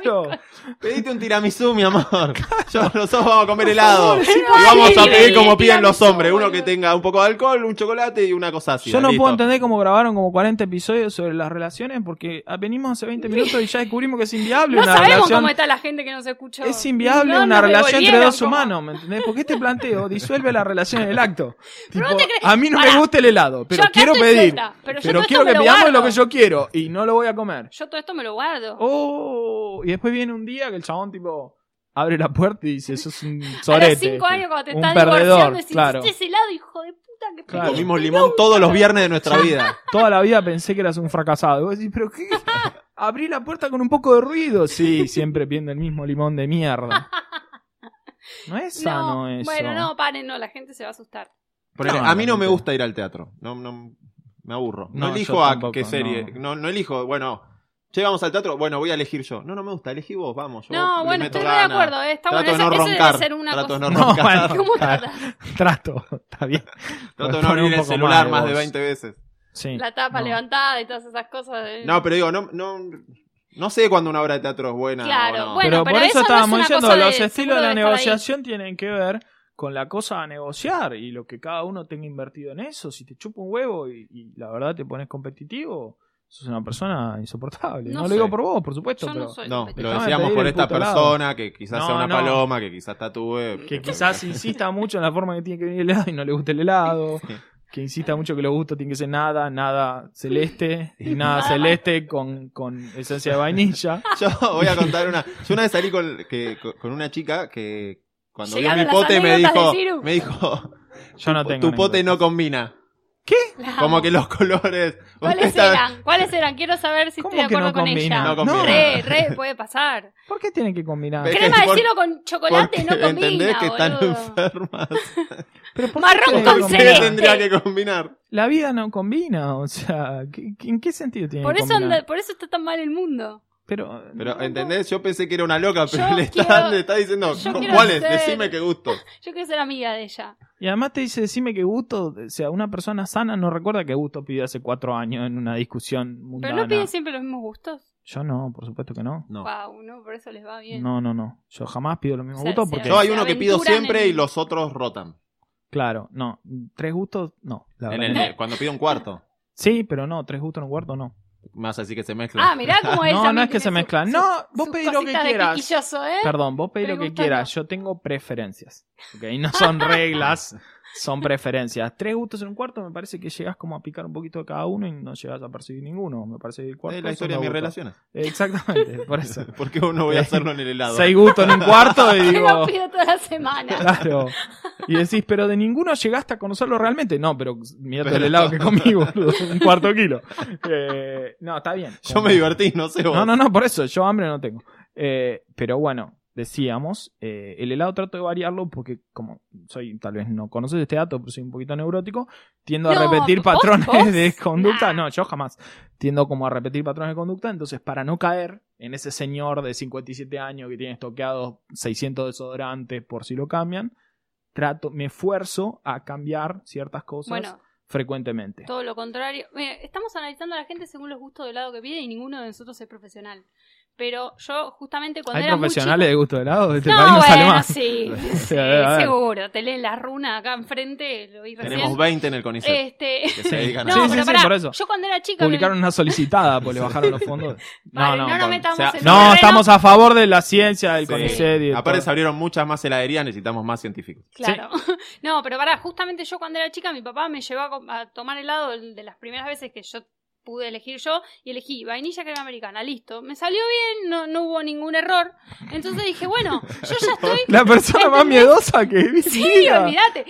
Claro.
Pedite un tiramisú, mi amor. Yo, nosotros vamos a comer helado.
favor, sí,
y vamos a
dale,
pedir como
dale,
piden los
tiramisú,
hombres. Uno
boludo.
que tenga un poco de alcohol, un chocolate y una cosa así.
Yo no
listo.
puedo entender cómo grabaron como 40 episodios sobre las relaciones porque ah, venimos hace 20 minutos y ya descubrimos que es inviable
No
una
sabemos
relación
cómo está la gente que nos escuchó.
Es inviable disuelve
no,
una
nos
relación entre
devolvieron
dos
como-
humanos, ¿me entendés? Porque este planteo disuelve la relación en el acto.
Pero
Tipo,
vos te crees-
a mí no me
Pará.
gusta el helado, pero
Yo acá
quiero
estoy
pedir.
suelta,
pero
pero yo todo
quiero
esto me
que
lo
pidamos lo
guardo.
que yo quiero y no lo voy a comer.
Yo todo esto me lo guardo.
Oh, y después viene un día que el chabón tipo abre la puerta y dice, sos un
a
sorete. este,
los cinco años cuando te
un
estás
perdedor,
divorciando decís,
claro.
ese helado, hijo de puta, que
Claro.
pedí".
Comimos limón todos los viernes de nuestra vida.
Toda la vida pensé que eras un fracasado. Y vos decís, pero qué? Abrí la puerta con un poco de ruido. Sí, siempre pidiendo el mismo limón de mierda. No es
No,
sano eso.
Bueno, no, paren, no, la gente se va a asustar.
Ponele,
No,
a mí no
realmente.
me gusta ir al teatro. No, no, me aburro. No,
No, yo
elijo a
tampoco,
qué serie. No. no, elijo, bueno, che, vamos al teatro. Bueno, voy a elegir yo. No, no me gusta, elegí vos, vamos. Yo
no,
le
bueno,
meto
estoy re de
ganas.
acuerdo, eh, está
Trato
bueno.
de
ese,
no
ese
roncar.
debe ser una
Trato de
cosa.
no
No,
roncar.
bueno.
¿Cómo
Claro.
tratas?
Trato, está bien.
Trato de
Poner
no abrir
un
el
poco
celular
de
más de
voz.
20 veces.
Sí.
La tapa
no.
levantada y todas esas cosas. eh.
No, pero digo, no, no, no sé cuándo una obra de teatro es buena.
Claro,
o no.
bueno.
pero, por
pero
eso,
eso no es
estábamos
una
diciendo,
cosa de-
los estilos de
seguro
la
debe estar ahí.
negociación tienen que ver con la cosa a negociar y lo que cada uno tenga invertido en eso. Si te chupa un huevo y, y la verdad te pones competitivo, sos una persona insoportable. No,
No
lo
sé.
digo por vos, por supuesto,
Yo
pero
no soy
No,
competente.
lo
Dejame
decíamos
pedir
por
el
esta
puto helado.
persona que quizás sea
No,
una
no.
paloma, que quizás tatúe.
que quizás insista mucho en la forma que tiene que venir el helado y no le gusta el helado. Que insista mucho que le gusta, tiene que ser nada, nada celeste y nada celeste con, con esencia de vainilla.
Yo voy a contar una. Yo una vez salí con, que- con- con una chica que cuando vio mi
Llegaron las
pote me
anécdotas
dijo,
de Ciru.
me dijo,
Yo no tengo.
tu pote no
anécdotas.
combina. Como que los colores.
¿Cuáles
Esta-
eran? ¿Cuáles eran? Quiero saber si
¿Cómo
estoy de
que
acuerdo
no
con
combina?
ella.
No combina.
Re, Eh, re, puede pasar.
¿Por qué tiene que combinar?
Pero- Es que
Crema de
por-
cielo con chocolate no
Porque
combina,
entendés que están
boludo.
enfermas.
Pero ¿por qué
Marrón
tiene que
con
¿Por qué
combinar?
celeste.
tendría que combinar?
La vida no combina, o sea, ¿qué- qué- ¿en qué sentido tiene
Por
que
eso,
combinar?
anda- por eso está tan mal el mundo.
Pero,
Pero,
no,
¿entendés? Yo pensé que era una loca, pero
Yo
le, está,
quiero-
le está diciendo,
yo
"¿Con
quiero
¿cuáles?
ser-
Decime qué gusto.
Yo quiero ser amiga de ella.
Y además te dice, decime qué gusto, o sea, una persona sana no recuerda qué gusto pidió hace cuatro años en una discusión
¿Pero
mundana.
no piden siempre los mismos gustos?
Yo no, por supuesto que no.
No.
Wow, no, por eso les va bien.
No, no, no. Yo jamás pido los mismos
O sea,
gustos
se
porque,
Yo hay
Se
uno que pido
aventuran
siempre
en-
y los otros rotan.
claro, no. Tres gustos, no. la
En
verdad
el-
que no.
eh, cuando pido un cuarto.
Sí, pero no, tres gustos en un cuarto, no.
Más así que se mezclan.
Ah, mirá cómo es.
No, no es que se mezclan. No, vos pedís lo que quieras.
¿eh?
Perdón, vos pedís lo que
Pregunta
quieras, yo tengo preferencias. Ok, no son reglas, son preferencias. Tres gustos en un cuarto me parece que llegás como a picar un poquito de cada uno y no llegás a percibir ninguno. Me parece que el cuarto
es la historia de
son
mis
dos
relaciones.
gustos. Exactamente, por eso.
¿Por qué uno voy a hacerlo en el helado?
Seis gustos en un cuarto y
Que
digo.
lo pido toda la semana.
Claro. Y decís, pero de ninguno llegaste a conocerlo realmente. No, pero mira todo el helado que comí, boludo. Un cuarto kilo. Eh, no, está bien.
Yo
Como-
me divertí, no sé vos.
No, no, no, por eso, yo hambre no tengo. Eh, pero bueno, decíamos, eh, el helado trato de variarlo porque como soy, tal vez no conoces este dato, pero soy un poquito neurótico, tiendo a
No,
repetir
¿vos-
patrones
vos?
de conducta.
Nah.
No, yo jamás. Tiendo como a repetir patrones de conducta, entonces para no caer en ese señor de 57 años que tiene estoqueados 600 desodorantes por si lo cambian, trato, me esfuerzo a cambiar ciertas cosas
Bueno,
frecuentemente.
todo lo contrario. Mira, estamos analizando a la gente según los gustos del lado que pide y ninguno de nosotros es profesional. Pero yo, justamente cuando
¿Hay
era muy
profesionales de gusto de helado? Este
chico-
país
No,
no sale
bueno,
más.
sí, sí,
Sí, a ver, a ver.
seguro. Te leen la runa acá enfrente, lo vi recién.
Tenemos 20 en el CONICET.
Este...
que se dedican
No,
a
Sí,
pero
sí,
pará,
por eso.
yo cuando era chica... me-
Publicaron una solicitada, pues le bajaron los fondos. No,
Vale,
no,
no, nos
por-
metamos
o sea,
en
no,
terreno.
estamos a favor de la ciencia, del
Sí.
CONICET y de
Aparte
todo.
se abrieron muchas más heladerías, necesitamos más científicos.
Claro. No, pero pará, justamente yo cuando era chica, mi papá me llevó a, com- a tomar helado el- de las primeras veces que yo pude elegir yo y elegí vainilla crema americana, listo. Me salió bien, no, no hubo ningún error. Entonces dije, bueno, yo ya estoy.
La persona más
¿Entendés?
miedosa que vi.
Sí,
mira.
olvídate.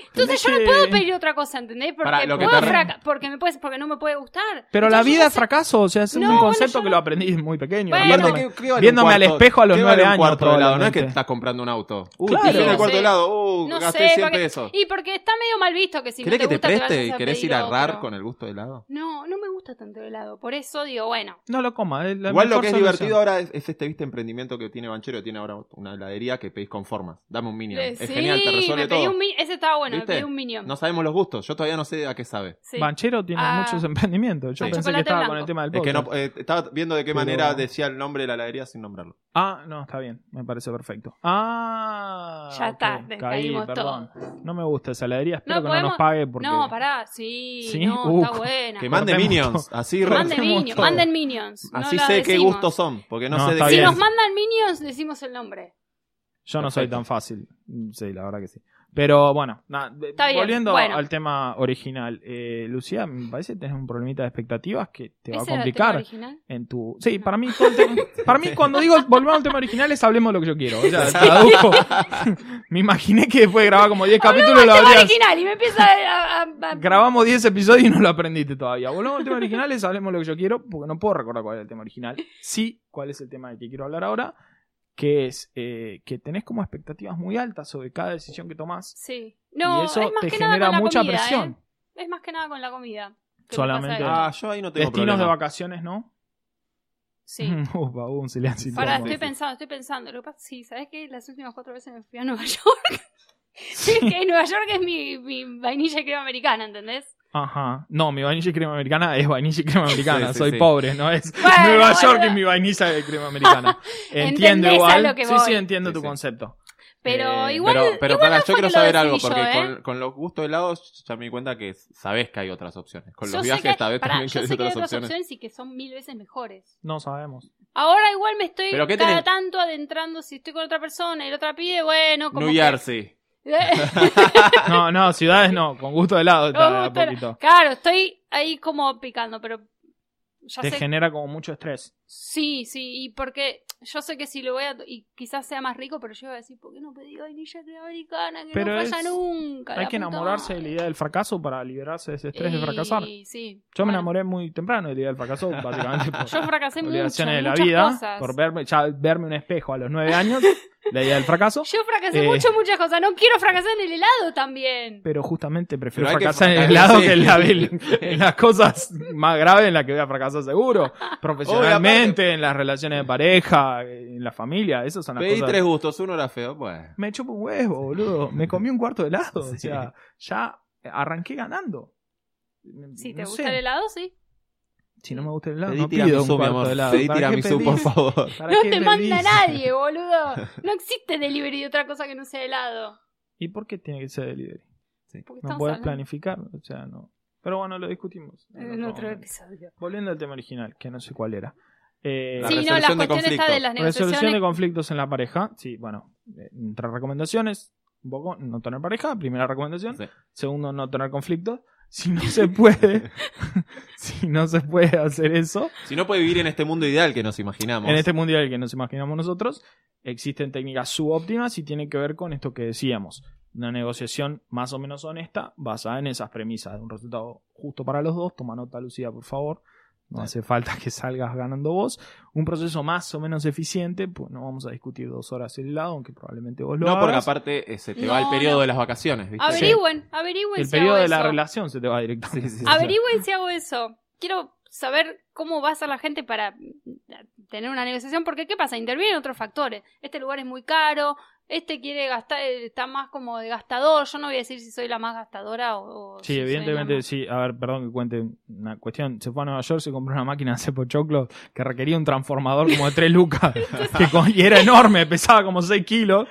Tenés
Entonces yo
que-
no puedo pedir otra cosa, ¿entendés? Porque
Pará, lo que
puedo
te re-
fraca- porque me puedes, porque no me puede gustar.
Pero
Entonces
la
yo
vida
ya
es
sé-
fracaso, o sea, es
No,
un
bueno,
concepto
yo
que
no-
lo aprendí muy pequeño.
Bueno,
viéndome
Aparte, ¿qué- qué vale
viéndome
un
al
cuarto-
espejo a los
qué
nueve
vale un
años.
cuarto de helado? No es que
probablemente.
estás comprando un auto. Uh,
Claro.
te fui en el
No
cuarto
sé.
de helado. Uh,
No
gasté
sé,
100
porque-
pesos.
Y porque está medio mal visto que si
¿Crees
no
que
te
te
gusta
preste
vayas
y
a
querés ir
pedir
a RAR
otro.
con el gusto de helado?
No, no me gusta tanto el helado. Por eso digo, bueno,
No lo coma. es la
Igual lo
mejor
que es
solución.
divertido ahora es, es este viste emprendimiento que tiene Banchero, tiene ahora una heladería que pedís con formas. Dame un minion.
Eh,
es
sí,
genial, te resuelve
me pedí
todo.
un mi- ese estaba bueno,
¿Viste?
me pedí un minion.
No sabemos los gustos, yo todavía no sé a qué sabe.
Sí.
Banchero tiene
Ah,
muchos emprendimientos. Yo
sí.
pensé que
Chocolate
estaba
blanco.
con el tema del
Es que
podcast.
no, eh, estaba viendo de qué
Pero-
manera decía el nombre de la heladería sin nombrarlo.
Ah, no, está bien, me parece perfecto. Ah,
Ya
ok,
está, descaímos
perdón. No me gusta esa heladería, espero
No,
que no
podemos-
nos pague porque
No, pará, sí,
Sí,
no,
uh,
está buena.
Que manden
Cortemos
minions, así,
Que
re-
manden
Cortemos
minions,
todo.
manden minions. no
así
la
sé qué
decimos.
gustos son, porque no,
No,
sé
está
de
Si
qué
bien.
nos
es.
mandan minions, decimos el nombre.
Yo no soy
Perfecto.
tan fácil. Mm, Sí, la verdad que sí. Pero bueno, nada, de-
Está bien,
volviendo
bueno.
al tema original. Eh, Lucía, me parece que tenés un problemita de expectativas que te va a
¿Ese era el tema
complicar
original?
en tu... Sí, para mí, todo el tema- para mí cuando digo volvamos al tema original es hablemos de lo que yo quiero. O sea, traduzco. me imaginé que después de grabar como 10 capítulos lo
Hablamos del tema
habrías...
original y me empieza a... a- a-
Grabamos 10 episodios y no lo aprendiste todavía. Volvamos al tema original, es hablemos lo que yo quiero, porque no puedo recordar cuál es el tema original. Sí, cuál es el tema del que quiero hablar ahora, que es eh, que tenés como expectativas muy altas sobre cada decisión que tomás.
Sí. No,
y eso
es más
te
que nada
genera
con la
mucha
comida,
presión.
¿eh? Es más que nada con la comida. que me pasa
Solamente-
esto.
Ah, yo ahí no tengo
Destinos de
problema.
vacaciones, ¿no?
Sí.
Upa, hubo un silencio.
Ahora
incómodo.
estoy pensando, estoy pensando. Lo que pasa, sí, ¿sabes qué? Las últimas cuatro veces me fui a Nueva York. Sí. es que Nueva York es mi, mi vainilla y crema americana, ¿entendés?
Ajá. No, mi vainilla y crema americana es vainilla y crema americana.
Sí, sí,
Soy
sí.
pobre, no es
Bueno,
Nueva
bueno.
York y mi vainilla de crema americana. Entiendo
Entendés a
igual.
lo que
sí,
voy.
sí, entiendo
Sí,
tu
sí.
concepto.
Pero
Eh,
igual.
pero pero
igual
para,
no
yo
fue
quiero
que lo
saber algo,
decidí
porque
yo, ¿eh?
con, con los gustos helados ya me di cuenta que sabés que hay otras opciones. Con
Yo
los
sé
viajes
que-
esta vez
pará,
también que
yo
hay
sé que
otras
hay otras
opciones.
opciones y que son mil veces mejores.
No sabemos.
Ahora igual me estoy
¿Pero qué
cada
tenés?
tanto adentrando. Si estoy con otra persona y la otra pide, bueno, como.
New
que-
Jersey.
No, no, ciudades no, con gusto de helado
No,
está de a
pero-
poquito.
Claro, estoy ahí como picando, pero ya
Te
sé.
genera como mucho estrés.
Sí, sí, y porque yo sé que si lo voy a. Y quizás sea más rico, pero yo voy a decir, ¿por qué no pedí vainilla crema americana? Que
Pero
no falla
es-
nunca.
Hay
la
que
puta
enamorarse de la
madre.
idea del fracaso para liberarse de ese estrés de
Y-
fracasar.
Sí.
Yo me
Bueno,
enamoré muy temprano de la idea del fracaso, básicamente por
Yo fracasé mucho, muchas
obligaciones de la vida,
cosas.
por verme, ya verme un espejo a los nueve años, la idea del fracaso.
Yo fracasé
Eh.
mucho, muchas cosas. No quiero fracasar en el helado también.
Pero justamente prefiero
Pero hay que
fracasar en el
fraca-
lado
sí.
que en, la- en las cosas más graves en las que voy a fracasar seguro. Profesionalmente, en las relaciones de pareja, en la familia, esas son las
Pedí
cosas.
tres gustos, uno era feo, bueno.
me chupo un huevo, boludo. Me comí un cuarto de helado. O sea, ya arranqué ganando.
Si
No
te gusta
sé.
el helado, sí.
Si no me gusta el helado,
Pedí
no pido
tiramisú,
un
mi
cuarto de
amor.
helado.
Pedí
¿Para qué
tiramisú,
pedís?
por favor.
¿Para
No
qué
te manda
pedís?
nadie, boludo. No existe delivery de otra cosa que no sea helado.
¿Y por qué tiene que ser delivery?
Porque
No
estamos
puedes
hablando
planificar, o sea, no. Pero bueno, lo discutimos. en
en
otro
otro
momento.
episodio.
Volviendo al tema original, que no sé cuál era. Eh,
La
sí, no, la
resolución de
cuestión está de
conflictos.
las
Resolución de
negociaciones.
conflictos en la pareja. Sí, bueno, eh, entre recomendaciones, un poco no tener pareja, primera recomendación.
Sí.
Segundo, no tener conflictos. Si no se puede, si no se puede hacer eso,
Si no puede vivir en este mundo ideal que nos imaginamos.
en este mundial que nos imaginamos nosotros, existen técnicas subóptimas y tienen que ver con esto que decíamos. Una negociación más o menos honesta basada en esas premisas de un resultado justo para los dos. Toma nota, Lucía, por favor. No
Sí.
hace falta que salgas ganando vos. Un proceso más o menos eficiente, pues no vamos a discutir dos horas el lado, aunque probablemente vos lo
No, porque
hagas.
aparte eh, se te
No,
va el periodo
no.
de las vacaciones, ¿viste?
Averigüen, averigüen
El
Pues si
periodo
hago
de la
eso.
relación se te va directamente.
Sí, sí, sí.
ah.
Averigüen si hago eso. Quiero saber cómo va a ser la gente para mm, tener una negociación, porque ¿qué pasa? Intervienen otros factores. Este lugar es muy caro, este quiere gastar, eh, está más como de gastador. Yo no voy a decir si soy la más gastadora o. o
Sí,
si soy la
evidentemente
más-
sí. A ver, perdón que cuente una cuestión. Se fue a Nueva York, se compró una máquina de hacer pochoclos que requería un transformador como de 3 lucas. que con- y era enorme, pesaba como 6 kilos.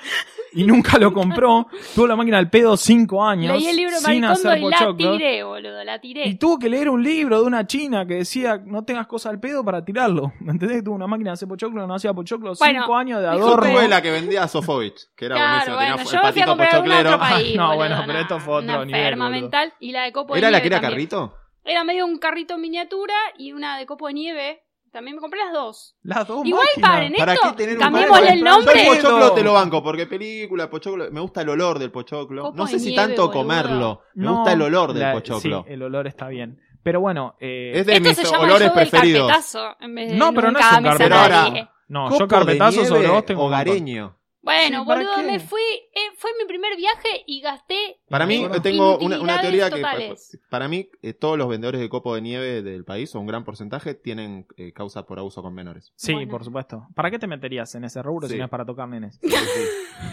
Y nunca lo compró. Tuvo la máquina al pedo 5 años.
Leí el libro de
sin
Maricondo
hacer
y la
pochoclos.
tiré, boludo, la tiré.
Y tuvo que leer un libro de una china que decía no tengas cosa al pedo para tirarlo. ¿Me entendés? Tuvo una máquina de hacer pochoclos, no hacía pochoclos, 5
Bueno,
años de
Yo
adorno.
tuve la que vendía a Sofovich, que era
Claro,
buenísima,
bueno,
tenía
yo me
el
fui a
patito
comprar alguna a
pochoclero.
otro país.
No,
boludo,
bueno, pero esto fue otro
una
nivel,
enferma
boludo.
mental. Y la de copo de
¿Era la
nieve
que era
también.
carrito?
Era medio un carrito en miniatura y una de copo de nieve. También me compré las dos.
Las dos
Igual
máquinas.
paren, ¿eh?
¿Para
Esto,
qué tener un
cambiémosle
para
el
comprar?
nombre.
Yo el pochoclo te lo banco, porque película, pochoclo. Me gusta el olor del pochoclo.
Copo
no sé
de
si
nieve,
tanto
boludo.
comerlo. Me
No,
gusta el olor del
la-
pochoclo.
Sí, eh, el olor está bien. Pero bueno, eh,
Es de
Esto
mis
se llama
olores
yo del
preferidos.
carpetazo. En vez de
No, pero no
nunca
es un
me
carpetazo.
saca
Pero ahora,
nadie.
no,
Copo
yo
de
carpetazo sobre
nieve
vos tengo un montón.
hogareño.
Bueno,
Sí, ¿para
boludo,
qué?
me fui. eh, fue mi primer viaje y gasté.
Para mí,
en
tengo una, una
inutilidades
teoría que.
totales.
Para mí, eh, todos los vendedores de copo de nieve del país, o un gran porcentaje, tienen eh, causa por abuso con menores.
Sí,
Bueno.
por supuesto. ¿Para qué te meterías en ese rubro
Sí.
si no es para tocar nenes?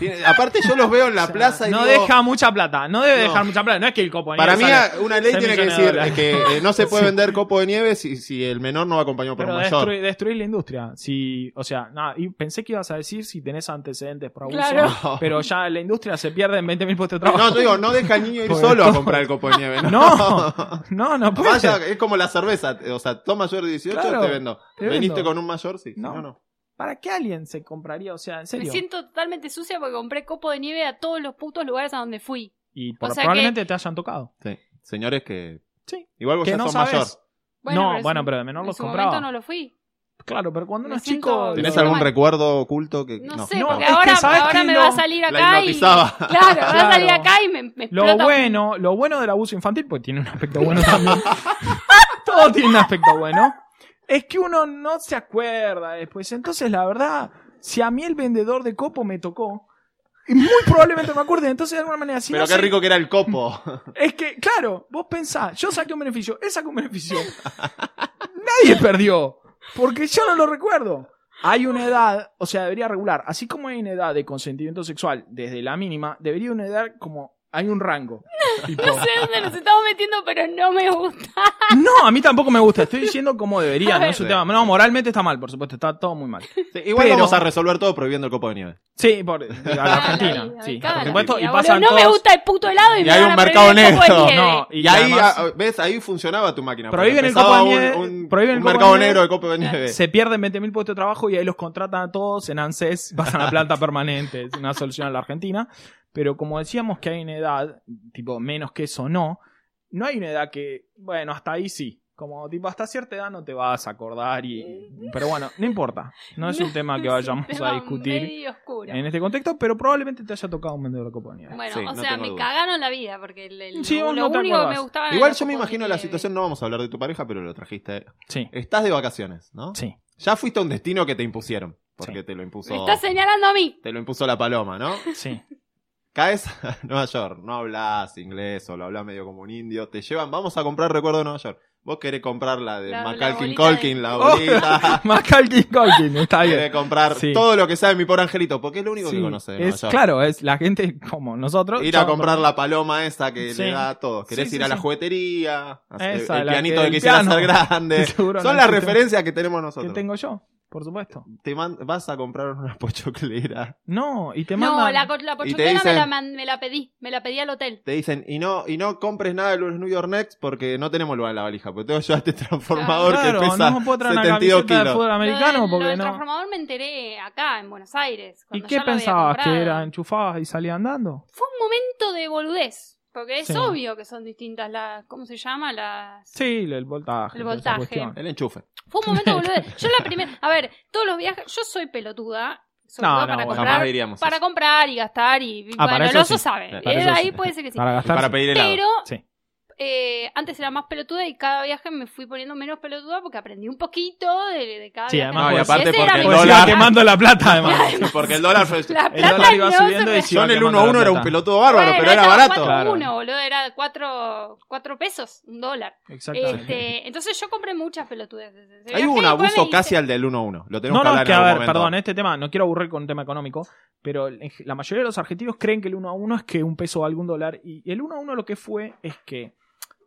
Tiene- aparte, yo los veo en la
O sea,
plaza y
no
digo,
deja mucha plata. No debe
No.
dejar mucha plata. No es que el copo de
Para mí,
nieve sale-
a- una ley
seis
tiene que
millones de
decir eh,
dólares.
que eh, no se puede vender copo de nieve si, si el menor no va acompañado por
Pero
un mayor.
destruir, destruir la industria. Si, o sea, nada, y pensé que ibas a decir si tenés antecedentes por abuso.
Claro.
No.
Pero ya la industria se pierde en 20.000 puestos de
No,
trabajo.
yo digo, no deja al niño ir
Pues
solo a
todo.
comprar el copo de nieve. No.
No, no, no puede.
Vaya, es como la cerveza. O sea, toma mayor de 18,
Claro,
te vendo.
te vendo.
Veniste con un mayor, sí.
No.
No, no.
¿Para qué alguien se compraría? O sea, en
Me
serio.
siento totalmente sucia porque compré copo de nieve a todos los putos lugares a donde fui.
Y por-
sea
probablemente te hayan tocado.
Sí. Señores que.
Sí.
Igual vos
Que
ya
no
sos
sabes.
mayor.
no,
en
bueno,
su-
pero de menor
en
los
su
compraba.
momento no lo fui.
Claro, pero cuando uno
Me
es chico.
siento-
lo-
¿Tenés
No,
algún
no.
recuerdo oculto que.?
No,
no.
sé,
No,
porque
es que
ahora,
¿sabes
ahora
qué?
me
Lo-
va a salir
la
acá y... Claro,
hipnotizaba.
va a salir
Claro.
acá y me, me
Lo
explota.
bueno, lo bueno del abuso infantil, porque tiene un aspecto bueno también. Todo tiene un aspecto bueno. Es que uno no se acuerda después. Entonces, la verdad, si a mí el vendedor de copo me tocó, y muy probablemente me acuerde. Entonces, de alguna manera, si
Pero
no
qué
sé-
rico que era el copo.
Es que, claro, vos pensás, yo saqué un beneficio, él sacó un beneficio. Nadie perdió, porque yo no lo recuerdo. Hay una edad, o sea, debería regular, así como hay una edad de consentimiento sexual desde la mínima, debería una edad como hay un rango. Tipo,
No sé dónde nos estamos metiendo, pero no me gusta.
no, a mí tampoco me gusta, estoy diciendo como debería, no es un
Sí.
tema. No, moralmente está mal, por supuesto, está todo muy mal.
Sí, igual
Pero-
vamos a resolver todo prohibiendo el copo de nieve.
Sí, por a la Argentina,
Ay,
sí,
me cago en
por
la
supuesto, y
vida,
pasan
boludo. No me
todos-
gusta el puto helado y,
Y
me
hay
van
un
a este prohibir
mercado
el copo de
negro.
nieve.
No,
Y,
y,
ahí,
además-
ah, ¿ves? Ahí funcionaba tu máquina. porque
Prohíben el
empezaba
copo de nieve,
Un, un-
prohíben
un
el copo de
mercado
nieve.
negro de copo de nieve.
Se pierden 20.000 puestos de trabajo y ahí los contratan a todos en ANSES, pasan a planta permanente, es una solución a la Argentina. Pero como decíamos que hay una edad, tipo menos que eso no, no hay una edad que, bueno, hasta ahí sí. Como tipo, hasta cierta edad no te vas a acordar y...
Mm.
Pero bueno, no importa. No es un tema que
es un
vayamos
tema
a discutir
medio oscuro.
en este contexto, pero probablemente te haya tocado un vendedor de copa de nieve.
Bueno,
Sí,
o
no
sea,
tengo
me
duda.
cagaron la vida porque el, el-
Sí,
lo,
vos no te
único que
acordás.
me gustaba
Igual yo me imagino la situación, no vamos a hablar de tu pareja, pero lo trajiste.
Sí,
Estás de vacaciones, ¿no?
sí.
Ya fuiste a un destino que te impusieron. Porque
Sí.
te lo impuso.
Me estás señalando a mí.
Te lo impuso la paloma, ¿no?
Sí.
Caes a Nueva York, no hablas inglés o lo hablas medio como un indio, te llevan, vamos a comprar recuerdo de Nueva York. Vos querés comprar la de
La- la
Macalkin
bolita de-
Colkin, la bolita.
Más Calkin Colkin, está bien.
Querés comprar
Sí.
todo lo que sabe mi pobre angelito, porque es lo único
Sí,
que conoce de Nueva
es,
York.
claro, es la gente como nosotros.
Ir a
somos-
comprar la paloma esa que
Sí.
le da a todos. Querés
Sí, sí,
ir a la
sí.
juguetería, hacer-
Esa,
el
la
pianito
que-
que,
el
quisiera
piano.
ser grande. Son
Seguro no
las
existe.
referencias que tenemos nosotros. Eh,
que tengo yo, por supuesto.
Te man- vas a comprar una pochoclera.
No, y te
No,
mandan.
la, co- la
Y te
pochoclera me, la,
dicen-
man- me la pedí. Me la pedí al hotel.
Te dicen, y no, y no compres nada de los New York Next porque no tenemos lugar en la valija, porque tengo yo este transformador
Claro,
que pesa
no puedo traer una
72
camiseta de
kilos.
fútbol americano
Lo del- lo
porque
del
no.
transformador me enteré acá, en Buenos Aires.
¿Y
cuando
qué
ya lo había
pensabas? ¿Que
comprado.
era enchufada y salía andando?
Fue un momento de boludez. Porque es
Sí.
obvio que son distintas las. ¿Cómo se llama? Las.
Sí, el voltaje.
El
toda esa
voltaje.
cuestión.
El enchufe.
Fue un momento de boludez. Yo la primera. A ver, todos los viajes. Yo soy pelotuda. sobre
No,
todo
no,
para
bueno.
comprar.
Jamás diríamos
Para
eso.
comprar y gastar y. bueno,
Ah, para
el
eso
oso
sí.
sabe.
Para
Eh,
eso
ahí
sí.
puede ser que sí.
Para
Y para
gastar.
pedir helado.
Pero
Sí.
eh, antes era más pelotuda y cada viaje me fui poniendo menos pelotuda porque aprendí un poquito de, de cada
Sí,
viaje.
además, No, y
Ese
aparte
era
porque
mi
el
Porque se
viaje.
iba
dólar-
quemando la plata, además.
Sí, porque el dólar fue...
La
El
plata
dólar iba
no
subiendo y
se me-
se
Yo
iba
en el
quemando la
1-1 era un
plata.
pelotudo bárbaro,
Bueno,
pero era
ya
barato.
4-1,
Claro.
boludo, era 4, pesos, un dólar.
Exactamente.
Este, entonces yo compré muchas pelotudeces. Ese
Hay
viaje,
un
igual me
abuso
hice-
casi al del 1-1. Lo tenemos
No,
que
no,
hablar
es que a
en algún
ver,
momento.
perdón, este tema, no quiero aburrir con un tema económico, pero en ge- la mayoría de los argentinos creen que el 1 a 1 es que un peso vale un dólar, y el 1 a 1 lo que fue es que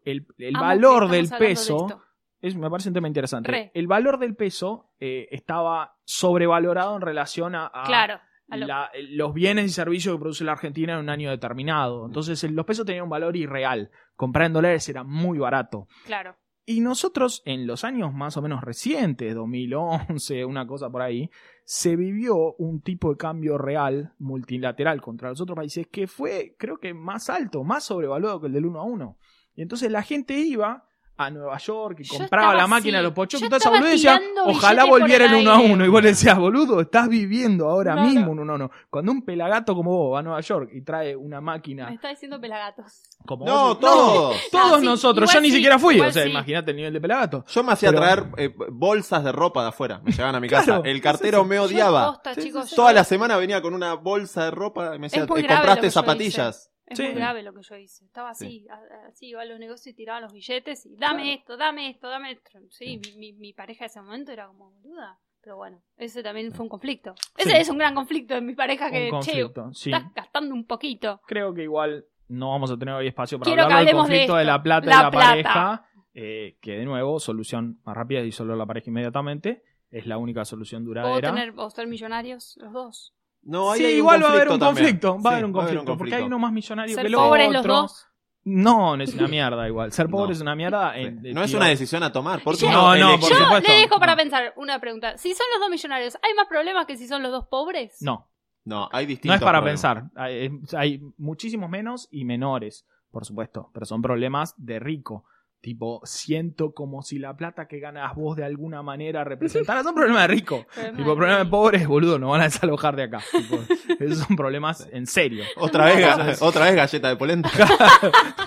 el, el
Amo
valor
que Ah, estamos
del
hablando de
peso,
esto.
es, me parece un tema interesante,
Re.
el valor del peso eh, estaba sobrevalorado en relación a, a
Claro. a lo-
Ah, la- los bienes y servicios que produce la Argentina en un año determinado. Entonces el- los pesos tenían un valor irreal, comprar en dólares era muy barato.
Claro.
Y nosotros en los años más o menos recientes, 2011, una cosa por ahí, se vivió un tipo de cambio real multilateral contra los otros países que fue, creo que, más alto, más sobrevaluado que el del 1 a 1. Y entonces la gente iba a Nueva York y
Yo
compraba
estaba
la máquina de
así.
los pochos
Yo
y toda esa
estaba
boludez y decía,
tirando
ojalá
billetes por
volviera
el
el 1 a
aire".
1. Y vos le decías, boludo, estás viviendo ahora
Claro.
mismo un 1 a 1. Cuando un pelagato como vos va a Nueva York y trae una
Me
máquina
está diciendo pelagatos.
como
No,
vos,
todos.
todos
Pues Ah, sí,
nosotros, yo
igual
ni
sí,
siquiera fui,
igual
o sea,
sí.
imagínate el nivel de pelagato.
Yo me hacía
Pero-
traer eh, bolsas de ropa de afuera. Me llegaban a mi casa.
Claro,
el cartero me odiaba.
Yo posta, chicos, yo-
Toda la semana venía con una bolsa de ropa y me decía,
Es muy grave
"Eh,
lo que
¿compraste
yo
zapatillas?
Es
Sí.
muy grave lo que yo hice. Estaba así, a- así iba a los negocios y tiraba los billetes y dame esto, dame esto, dame esto. Sí, mi, mi- mi pareja en ese momento era como boluda. Pero bueno, ese también fue un conflicto. Ese
Sí.
es un gran conflicto en mi pareja que,
un
che,
conflicto, sí.
estás gastando un poquito.
Creo que igual no vamos a tener hoy espacio para
Quiero que
hablar del
hablemos de
conflicto de,
esto.
la plata
La
y la
plata.
pareja, eh, que de nuevo, solución más rápida es disolver la pareja inmediatamente, es la única solución
O
duradera.
tener, o ser millonarios los dos.
No, ahí
sí,
hay un
igual va a haber un
conflicto también.
conflicto, va a
Sí,
haber un conflicto, porque hay uno más millonario
Ser
que el
pobres
otro.
los dos.
No, no es una mierda igual. Ser pobre
No.
es una mierda. en-
no es
digo,
una decisión a tomar, porque
Yo-
No, no, por
Yo
supuesto.
le dejo para
No.
pensar una pregunta. Si son los dos millonarios, ¿hay más problemas que si son los dos pobres?
No,
No, hay distintos
no es para
problemas.
pensar. Hay, es- hay muchísimos menos y menores, por supuesto, pero son problemas de rico. Tipo, siento como si la plata que ganas vos de alguna manera representara. Son problemas de rico.
Problema
Tipo,
de-
problemas de pobres, boludo, no van a desalojar de acá. Tipo, esos son problemas en serio.
Otra vez, ga- otra vez galleta de polenta.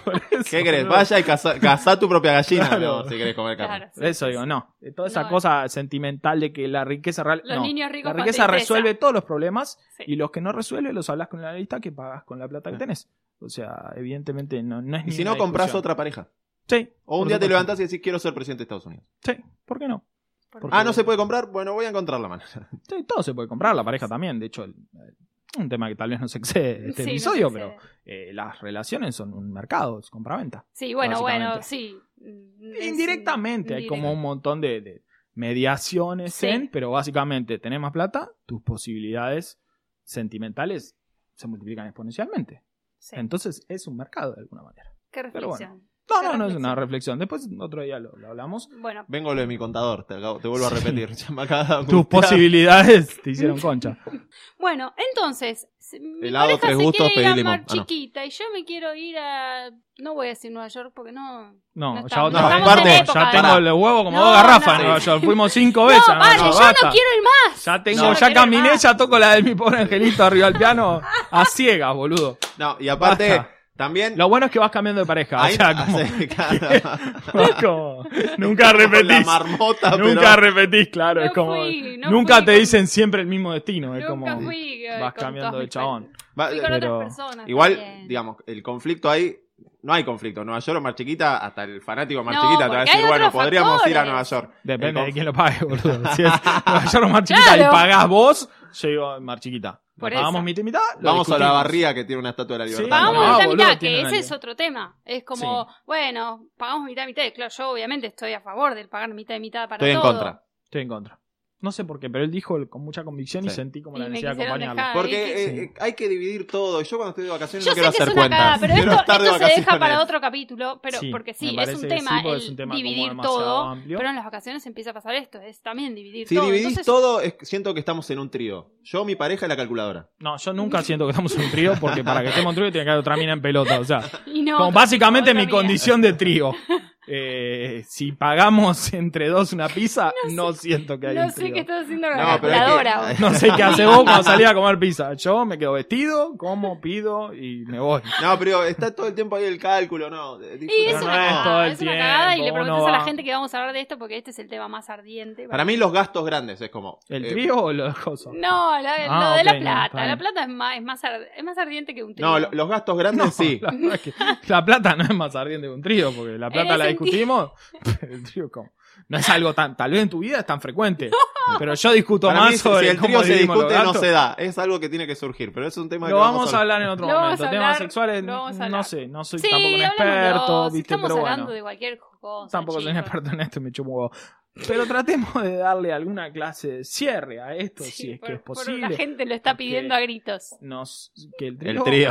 Por eso,
¿Qué querés?
boludo.
Vaya y caza, cazá tu propia gallina
Claro.
no, si querés comer carne.
Claro, sí,
Por Eso
sí,
digo,
sí.
no. Eh, Toda esa
No,
cosa sentimental de que la riqueza real.
Los
no.
niños ricos
la riqueza
con tristeza.
resuelve todos los problemas
Sí.
y los que no resuelve los hablas con la lista que pagas con la plata que tenés. O sea, evidentemente no, no es
Ah. Y
ni
si
una
no compras
discusión.
otra pareja.
Sí.
O un
por
día te
supuesto.
levantás y decís, quiero ser presidente de Estados Unidos.
Sí, ¿por qué no? Porque-
Ah, no se puede comprar. Bueno, voy a encontrar la manera.
Sí, todo se puede comprar, la pareja también. De hecho, el- un tema que tal vez nos excede este
Sí, no
episodio,
sé,
pero
sé.
eh, las relaciones son un mercado, es compra-venta.
Sí, bueno, bueno,
básicamente.
sí. Mm, es-
Indirectamente, hay como
indirecto.
un montón de, de mediaciones
Sí.
en, pero básicamente tenés más plata, tus posibilidades sentimentales se multiplican exponencialmente.
Sí.
Entonces es un mercado de alguna manera.
Qué
pero bueno.
reflexión.
No,
Qué
no, no es una reflexión. Después otro día lo, lo hablamos.
Bueno,
Vengo lo de mi contador, te, acabo- te vuelvo a
Sí.
repetir. Ya me acabas de
Tus
angustiar.
posibilidades te hicieron concha.
bueno, entonces, si mi
Helado,
pareja
tres
se
gustos,
quiere ir a
pedí limón.
Mar
Ah, no.
Chiquita y yo me quiero ir a... No voy a decir Nueva York porque no...
No,
No
ya
estamos-
otra
no
vez.
estamos en
Ya
época, ¿eh?
tengo
¿no?
los huevos como
No,
dos garrafas
no.
en Nueva York. Fuimos cinco
No,
veces. no,
vale,
no,
yo
basta.
no quiero ir más.
Ya tengo,
No,
ya
no quiero
caminé,
más.
ya toco la de mi pobre angelito arriba al piano a ciegas, boludo.
No, y aparte,
Basta.
también.
Lo bueno es que vas cambiando de pareja. o
ahí-
sea, como-
sí, claro.
Es como, nunca
La
repetís.
marmota, pero-
Nunca repetís, claro.
No
es como,
fui, no
nunca
fui
te
con-
dicen siempre el mismo destino. Es
Nunca
como
fui, eh,
vas
con
cambiando
todas
de
mis
chabón.
Va- eh,
Fui con
Pero-
otras personas.
Igual,
también.
digamos, el conflicto ahí. No hay conflicto. Nueva York o Mar Chiquita, hasta el fanático de Mar
No,
Chiquita te va a
porque
decir,
hay
bueno,
otros
podríamos ir a Nueva
factores.
York. El
Depende
conf-
de quién lo pague, boludo. Si es Nueva York o Mar Chiquita y
Claro.
pagás vos, yo digo Mar Chiquita.
Por
Lo pagamos
eso.
mitad y mitad. lo
Vamos a la
discutimos.
barría que tiene una estatua de la
Sí,
libertad.
Pagamos
No,
mitad
boludo,
mitad,
tiene
que
una
ese es
línea.
otro tema. Es como, bueno, pagamos mitad mitad. Claro, yo obviamente estoy a favor del pagar mitad y mitad para
Estoy en
todo.
contra.
Estoy en contra. No sé por qué, pero él dijo el- con mucha convicción y
Sí.
sentí como
Y
la
me
necesidad de
quisieron
acompañarlo.
dejar.
Porque
Sí.
eh, eh, hay que dividir todo. Yo cuando estoy de vacaciones
Ah, Yo
no
sé
quiero
que es
hacer
una
cuentas.
cagada, pero
quiero
esto,
estar
esto
de
se
vacaciones.
deja para otro capítulo, pero
Sí,
porque
me
sí, es
parece
un
que
tema
sí, porque
el
es un tema como
dividir
demasiado
todo,
amplio.
pero en las vacaciones empieza a pasar esto, es también dividir
Si
todo.
dividís
Entonces,
todo, es- siento que estamos en un trío. Yo, mi pareja y la calculadora.
No, yo nunca siento que estamos en un trío porque para que estemos en un trío tiene que haber otra mina en pelota. O sea,
y no,
como
otra-
básicamente
otra
mi
vida.
condición de trío. Eh, si pagamos entre dos una pizza, no, siento que hay
No
un
sé
trío.
qué estás haciendo con la
No, pero es que-
calculadora.
No sé qué hace vos cuando salís a comer pizza. Yo me quedo vestido, como, pido y me voy.
No, pero está todo el tiempo ahí el cálculo, ¿no? de-
Y
disfruta.
es
no
una
es todo
cagada,
el
es una cagada y le
tiempo, uno
preguntas a la
va-
gente que vamos a hablar de esto porque este es el tema más ardiente.
Para mí, los gastos grandes es como.
¿El
eh,
trío o los cosas?
No, la-
Ah,
lo de
ok,
la
no, está
plata.
bien.
la plata es más, es más, ar- es más ardiente que un trío.
No, lo- los gastos grandes sí.
La, verdad es que la plata no es más ardiente que un trío, porque la plata
En
la
ese sentido.
discutimos. pero el trío, ¿cómo? No es algo tan. Tal vez en tu vida es tan frecuente. Pero yo discuto
Para
más
mí, si,
sobre
si el
cómo
trío se
dividimos los
discute, no
gastos.
se da. Es algo que tiene que surgir, pero es un tema que
Lo vamos a hablar en otro
Lo vamos
momento.
a
Temas
hablar,
sexuales,
lo vamos a
no
hablar.
sé, no soy
sí,
tampoco un
hablamos los
experto,
dos,
¿viste?
Estamos
Pero
hablando
bueno,
de cualquier cosa.
tampoco soy un
chicos.
experto en esto, me chupo un huevo. Pero tratemos de darle alguna clase de cierre a esto,
Sí,
si es
por-
que es
por-
posible.
la gente lo está pidiendo
Porque-
a gritos.
Nos, que el trío.
El trío.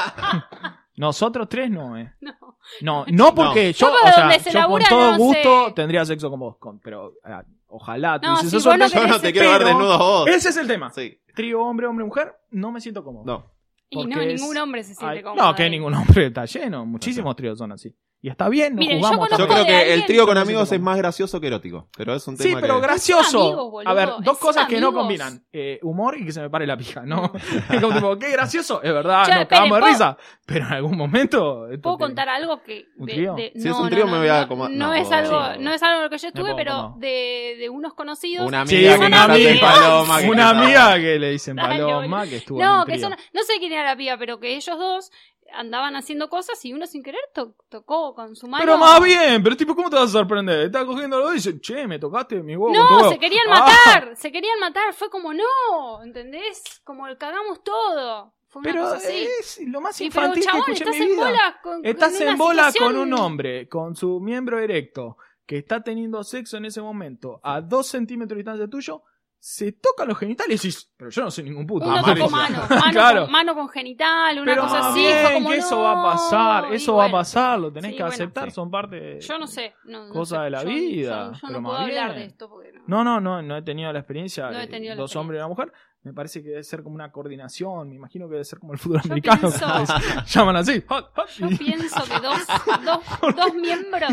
Nosotros tres no, eh.
No.
No, no porque yo,
por
o sea,
donde se
yo con
labura,
todo
no
gusto
sé.
tendría sexo con vos, con- pero ah, ojalá
No,
tuvieses
si
esa
vos no
suerte.
Yo no te quiero ver
Pero-
desnudo a vos.
Ese es el tema.
Sí,
Trío hombre, hombre, mujer, no me siento cómodo.
no.
Y no,
Porque es-
ningún hombre se siente
Ay,
cómodo.
no, que
ahí.
ningún hombre está lleno. Muchísimos tríos son así. Y está bien, no
Miren, yo
jugamos
conozco
Yo
Ojo
creo
de
que el
alguien.
trío con
No me siento
amigos es
cómodo.
más gracioso que erótico, pero es un tema
Sí, pero
que...
gracioso.
Es amigo, boludo,
a ver, dos
es
cosas que no
amigos.
combinan. Eh, humor y que se me pare la pija, ¿no. Es como tipo, qué gracioso. Es verdad,
Che,
nos cagamos de
esperen,
risa. Pero en algún momento... esto
¿Puedo
tiene-
contar algo que.?
¿Un
de-
trío?
de-
Si es
no,
un trío
no,
me
no,
voy a
no,
acomodar-
No,
no,
es algo,
sí.
no es algo en lo que yo estuve,
pongo
pero
cómodo.
de, de unos conocidos.
Una
Sí,
amiga que
una
nos hace
amiga.
paloma, que
Una
nos-
amiga que le dicen
Ay,
paloma,
boludo.
que estuvo en
No,
un
que
trío.
son, no sé quién era la piba, pero que ellos dos andaban haciendo cosas y uno sin querer to- tocó con su mano.
Pero más bien, pero tipo, ¿cómo te vas a sorprender? Estás cogiendo algo y dices, che, me tocaste mi huevo. con tu
No,
huevo.
se querían
Ah,
matar, se querían matar, fue como no, ¿entendés? Como el cagamos todo. Fue una
pero
cosa así.
es lo más
Y pero
infantil que
chabón,
escuché en
estás
mi
en
vida.
bola con
Estás
una
en bola
situación-
con un hombre, con su miembro erecto, que está teniendo sexo en ese momento, a dos centímetros de distancia tuyo, se tocan los genitales y decís, pero yo no soy ningún puto.
Uno
Amarillo.
tocó mano, mano,
Claro.
con, mano con genital, una
pero
cosa así.
bien,
fue como,
que eso
"No".
va a pasar,
Y
eso
bueno,
va a pasar, lo tenés
Sí,
que
bueno.
aceptar,
Sí.
son parte de-
Yo no sé. No, no
Cosa
sé,
de la
yo-
vida,
Yo, yo
pero
no puedo
más
hablar
bien.
de esto porque no.
No, no, no, no he tenido la experiencia
No he
de
tenido la
dos
experiencia.
hombres y una mujer. Me parece que debe ser como una coordinación. Me imagino que debe ser como el fútbol
Yo
americano. que
pienso-
les llaman así. hot, hot,
Yo
y-
pienso que dos, dos, dos miembros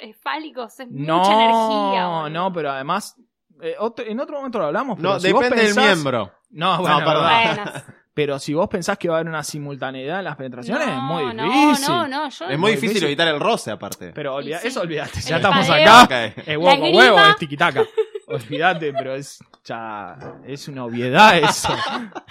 eh, fálicos es
No,
mucha energía. boludo.
no, pero además, eh, otro- en otro momento lo hablamos. Pero
No,
si vos
depende del
pensás-
miembro.
No, bueno,
No, perdón.
verdad.
Bueno,
pero si vos pensás que va a haber una simultaneidad en las penetraciones, es muy
no,
difícil.
No, no, yo.
Es muy
difícil.
difícil evitar el roce, aparte.
Pero olvida-
Y sí.
eso olvidaste,
El
ya estamos
jadeo.
acá.
Ok.
Es huevo, con
grima.
huevo, es tiquitaca. Olvídate, pero es ya es una obviedad eso.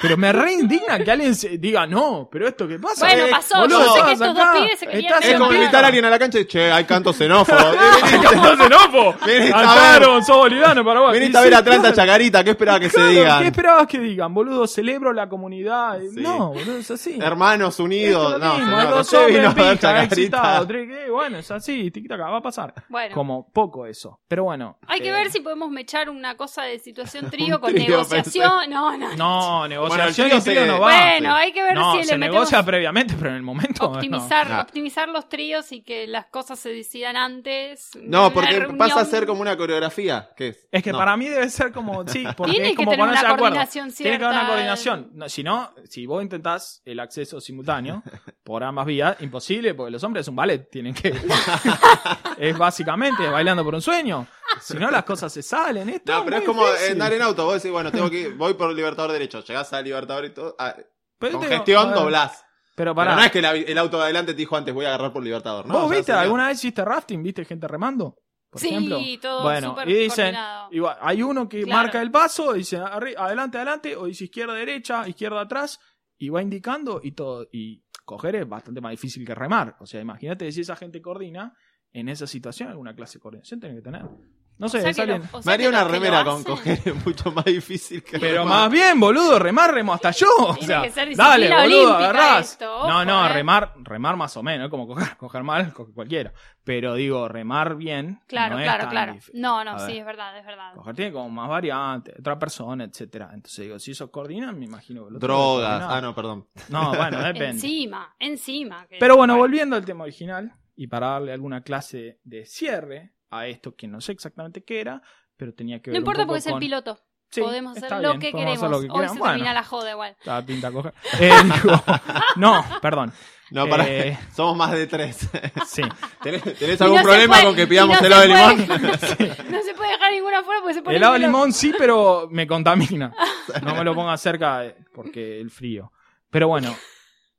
Pero me reindigna que alguien se diga no, pero esto que pasa.
Bueno,
eh,
pasó,
boludo,
yo sé que
estás
estos dos
acá,
pibes se querían
estás
Es
Pero
como
claro.
invitar a alguien a la cancha y che, hay canto xenófobo.
Estás xenófobo.
Veniste a ver-
Ataron, sos boliviano, Paraguay.
Viniste a
Y
ver
sí,
a Atlanta
claro.
Chacarita, ¿qué esperaba que
Claro,
se
¿Qué
digan?
esperabas que digan, boludo? Celebro la comunidad.
Sí.
No, boludo, es así.
Hermanos unidos.
Es lo
No,
mismo,
señor,
hay dos
usted vino a
hombres
ver
en pija,
Chacarita.
excitados, tres que- Bueno, es así, tiquitaca, va a pasar.
Bueno.
Como poco eso. Pero bueno.
Hay que
eh,
ver si podemos mechar una cosa de situación trío con
trío,
negociación. No, no.
No, negociación
Bueno,
y
el trío
trío
se-
no va.
Bueno, hay que ver
no,
si
se
le metemos
negocia previamente, pero en el momento. no.
optimizar,
No.
optimizar los tríos y que las cosas se decidan antes.
No,
Una
porque
reunión.
pasa a ser como una coreografía. ¿Qué es?
Es que
No.
para mí debe ser como, sí, porque
Tiene
es
que
como
tener
ponerse
una
de acuerdo.
coordinación
Tiene que haber una
cierta.
coordinación. No, si no, si vos intentás el acceso simultáneo por ambas vías, imposible, porque los hombres es un ballet, tienen que. es básicamente es bailando por un sueño. Si no, las cosas se salen. Esto
No, pero es
muy
como
difícil.
andar en auto. Vos decís, bueno, tengo que ir- voy por el Libertador derecho. Llegás al Libertador y todo. ah,
Pero
con
te-
gestión
bueno,
doblás.
Pero
Pero
pará.
no es que la- el auto de adelante te dijo antes, voy a agarrar por Libertador. No,
¿Vos
ya,
viste
señor.
alguna vez hiciste rafting? ¿Viste gente remando? Por
Sí,
ejemplo.
todo
bueno,
súper
y dicen,
coordinado.
igual, hay uno que
Claro.
marca el paso, dice arri- adelante, adelante, o dice izquierda, derecha, izquierda, atrás, y va indicando y todo. Y coger es bastante más difícil que remar. O sea, imagínate si esa gente coordina en esa situación, alguna clase de coordinación tiene que tener. No sé,
O sea que
salen-
lo- o sea
Me haría
que los
una
que lo
remera con
hacen-
coger es mucho más difícil que
Pero
armar.
más bien, boludo, remar remo hasta yo. O
Tiene
sea,
que ser disciplina
dale, boludo,
olímpica
agarrás.
esto, ojo,
no, no,
eh.
remar, remar más o menos, es como coger, coger mal, coger cualquiera. Pero digo, remar bien.
Claro,
no es
claro,
tan
claro.
difícil.
No, no,
A
sí,
ver.
es verdad, es verdad.
Coger tiene como más variantes, otra persona, etcétera. Entonces digo, si eso coordinan, me imagino que lo
Drogas. Ah, no, perdón.
No, bueno, depende.
Encima, encima. que-
Pero bueno, volviendo al tema original, y para darle alguna clase de cierre a esto que no sé exactamente qué era, pero tenía que ver
No
un
importa
poco
porque es el
con-
piloto.
Sí,
podemos hacer
está
lo
bien,
que
podemos
queremos.
hacer lo que
Hoy se
quieran. Bueno.
termina la joda igual.
Estaba pinta coger. Eh, digo, no, perdón.
No, pará.
Eh.
Somos más de tres.
Sí.
¿Tenés, tenés
Y
algún
no se
problema
puede-
con que
y
pidamos
no
helado de
se puede-
limón?
no se puede dejar ninguno afuera porque se pone.
Helado de
menos-
limón sí, pero me contamina. No me lo ponga cerca de- porque el frío. Pero bueno,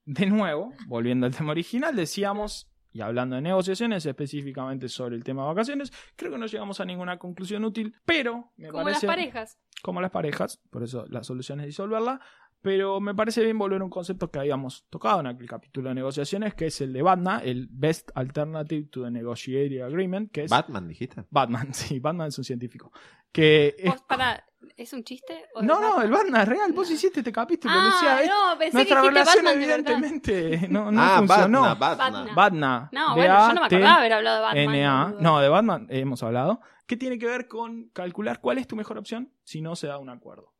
de nuevo, volviendo al tema original, decíamos, y hablando de negociaciones, específicamente sobre el tema de vacaciones, creo que no llegamos a ninguna conclusión útil, pero me
Como las
parece...
parejas.
como las parejas, por eso la solución es disolverla, pero me parece bien volver a un concepto que habíamos tocado en aquel capítulo de negociaciones, que es el de Batman, el Best Alternative to the Negotiated Agreement, que es
Batman, dijiste.
Batman, sí, Batman es un científico, que es...
Vos, pará, ¿es un chiste? ¿O
No,
es
no,
verdad?
el Batman es real, vos hiciste este capítulo, Lucía,
Ah,
es-
no, pensé
nuestra
que dijiste
relación
Batman, de verdad.
evidentemente no, no
ah,
funcionó.
Batman, Batman.
Batman.
Batman,
No, bueno, yo no me
B-A-T-
acordaba haber hablado de Batman.
NA,
boludo.
no, de Batman eh, hemos hablado, que tiene que ver con calcular cuál es tu mejor opción si no se da un acuerdo.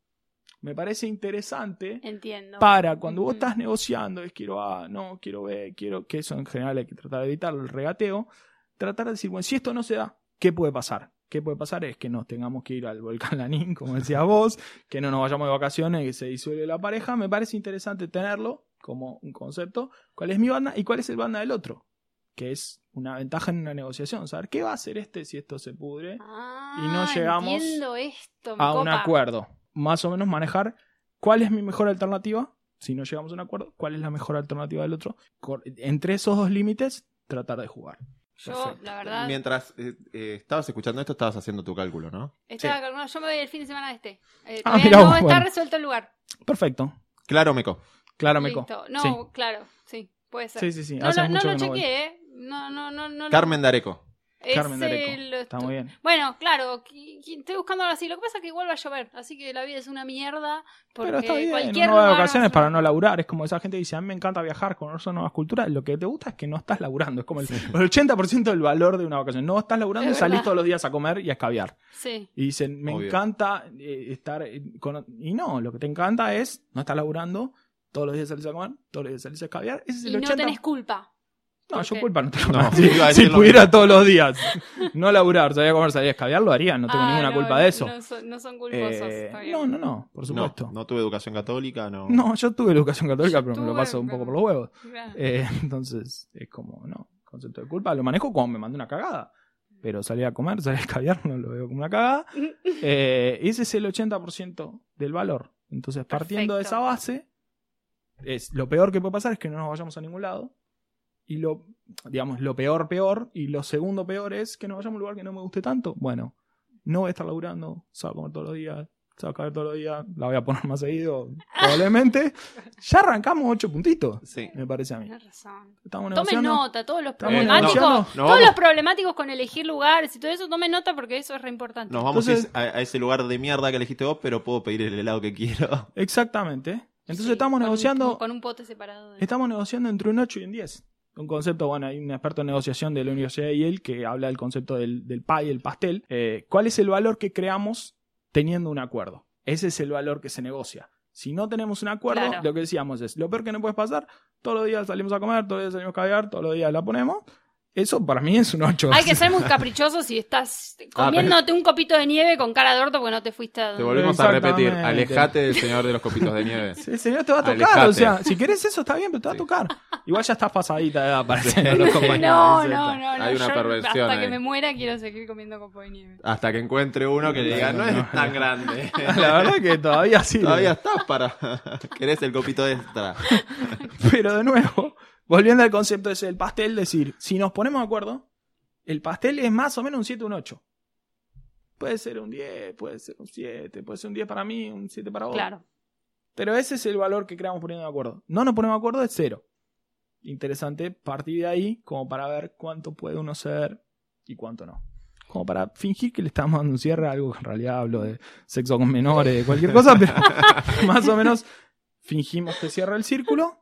Me parece interesante
Entiendo. Mm.
para cuando vos
Ujú.
estás negociando, es quiero A, no, quiero B, quiero que eso en general hay que tratar de evitarlo, el regateo, tratar de decir, bueno, si esto no se da, ¿qué puede pasar? ¿Qué puede pasar? Es que nos tengamos que ir al volcán Lanín, como decías vos, que no nos vayamos de vacaciones, que se disuelve la pareja. Me parece interesante tenerlo como un concepto. ¿Cuál es mi banda y cuál es el banda del otro? Que es una ventaja en una negociación. Saber qué va a hacer este si esto se pudre
Ah,
y no llegamos
entiendo esto, me
a un
copa.
acuerdo. Más o menos manejar cuál es mi mejor alternativa, si no llegamos a un acuerdo, cuál es la mejor alternativa del otro. Cor- Entre esos dos límites, tratar de jugar.
Yo,
Perfecto.
la verdad,
Mientras eh, eh, estabas escuchando esto, estabas haciendo tu cálculo, ¿no?
estaba calculando, yo me voy el fin de semana de este. Eh,
Ah,
todavía
mirá
no
vos,
está
bueno.
resuelto el lugar.
Perfecto.
Claro, Meco.
Claro, Meco.
Listo. No,
Sí.
claro, sí, puede ser.
Sí, sí, sí.
No,
Hace
lo- no
mucho
lo
que no voy.
chequeé, ¿eh? No, no, no, no. lo-
Carmen Dareco.
Es eh,
Carmen D'Areco.
el-
Está muy bien.
Bueno, claro, qui- qui- estoy buscando ahora sí. Lo que pasa es que igual va a llover, así que la vida es una mierda. Porque
Pero está bien,
cualquier
uno va de
lugar
vacaciones
ser-
para no laburar. Es como esa gente que dice, a mí me encanta viajar, conocer nuevas culturas. Lo que te gusta es que no estás laburando. Es como el, el 80% del valor de una vacación. No estás laburando
Es
y salís
verdad.
todos los días a comer y a escabiar.
Sí,
Y dicen, me
Obvio.
encanta eh, estar... eh, con- Y no, lo que te encanta es no estás laburando, todos los días salís a comer, todos los días salís a escabiar. Ese es
y
el
no
80%.
tenés culpa.
No, yo
Porque-
culpa no tengo.
No,
nada.
iba a
si
decir lo
pudiera
mismo.
todos los días no laburar, salir a comer, salir a escabiar, lo haría. No tengo
Ah,
ninguna
no,
culpa de eso.
No son, no son culposos.
Eh,
está bien.
no, no, no, por
No,
supuesto.
no tuve educación católica, no.
No, yo tuve educación católica,
Yo
pero me lo
tuve,
paso un
pero-
poco por los huevos.
Claro.
Eh, entonces, es como, no, concepto de culpa. Lo manejo como me mandé una cagada. Pero salir a comer, salir a escabiar, no lo veo como una cagada. Eh, ese es el 80% del valor. Entonces, partiendo de esa
Perfecto.
base, es, lo peor que puede pasar es que no nos vayamos a ningún lado. Y lo, digamos, lo peor, peor. Y lo segundo peor es que nos vayamos a un lugar que no me guste tanto. Bueno, no voy a estar laburando, se va a comer todos los días, se va a caer todos los días, la voy a poner más seguido, probablemente. ya arrancamos 8 puntitos,
Sí. Eh,
me parece a mí.
Tenés razón.
Estamos
Tomen
negociando.
nota, todos los
Estamos
problemáticos.
negociando.
No,
todos
vamos.
los problemáticos con elegir lugares y todo eso, tomen nota porque eso es re importante.
Nos vamos a
Entonces-
ir a, a ese lugar de mierda que elegiste vos, pero puedo pedir el helado que
Ah.
quiero.
Exactamente. Entonces
Sí,
estamos
con-
negociando,
Con, un pote separado. de-
estamos negociando entre un 8 y un 10. Un concepto, bueno, hay un experto en negociación de la Universidad de Yale que habla del concepto del, del pie, el pastel. Eh, ¿Cuál es el valor que creamos teniendo un acuerdo? Ese es el valor que se negocia. Si no tenemos un acuerdo,
Claro.
lo que decíamos es, lo peor que no puede pasar, todos los días salimos a comer, todos los días salimos a caviar, todos los días la ponemos. Eso para mí es un 8.
Hay que ser muy caprichosos si
Ah,
estás comiéndote un copito de nieve con cara de orto porque no te fuiste a...
Te volvemos a repetir,
Exactamente.
alejate del señor de los copitos de nieve.
El señor te va a tocar,
Alejate.
o sea, si querés eso está bien, pero te va a
Sí.
tocar. Igual ya estás pasadita de edad para ser los compañeros.
No,
¿sí?
no, no. no,
Hay una
yo
perversión
Hasta que
ahí.
me muera quiero seguir comiendo copo de nieve.
Hasta que encuentre uno que le diga, no, es tan grande.
La verdad que todavía sí.
Todavía estás para. Querés el copito extra. Eh,
Pero de nuevo, volviendo al concepto ese del pastel, decir, si nos ponemos de acuerdo, el pastel es más o menos un 7, un 8. Puede ser un 10, puede ser un 7, puede ser un 10 para mí, un 7
Oh.
para vos.
Claro.
Pero ese es el valor que creamos poniendo de acuerdo. No nos ponemos de acuerdo, es cero. Interesante partir de ahí como para ver cuánto puede uno ceder y cuánto no. Como para fingir que le estamos dando un cierre a algo que en realidad hablo de sexo con menores, de cualquier cosa, pero más o menos fingimos que cierra el círculo.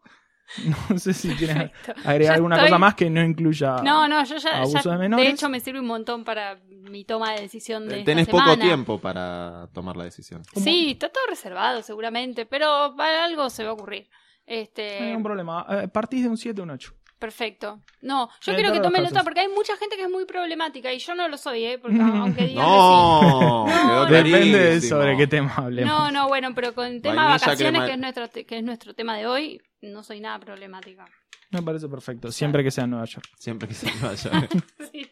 No sé si quieres
Perfecto.
agregar
Ya
alguna
estoy-
cosa más que no incluya.
No, no, yo ya,
abuso
ya-
de
de,
menores.
hecho me sirve un montón para mi toma de decisión de esta
Eh, Tenés poco
semana.
tiempo para tomar la decisión.
Sí, está todo reservado seguramente, pero para algo se va a ocurrir.
No
Este,
hay ningún problema. Eh, partís de un 7 a un 8.
Perfecto. No, yo
En
quiero
todos
que
los
tomen
casos.
nota porque hay mucha gente que es muy problemática y yo no lo soy, ¿eh? Porque aunque digan que sí.
No, quedó
No,
Depende de
clarísimo.
sobre qué tema hablemos.
No, no, bueno, pero con el tema de
Vainilla,
vacaciones,
crema-
que es, nuestro, te- que es nuestro tema de hoy, no soy nada problemática.
Me parece perfecto. Siempre que sea en Nueva York.
Siempre que se vaya.
Sí,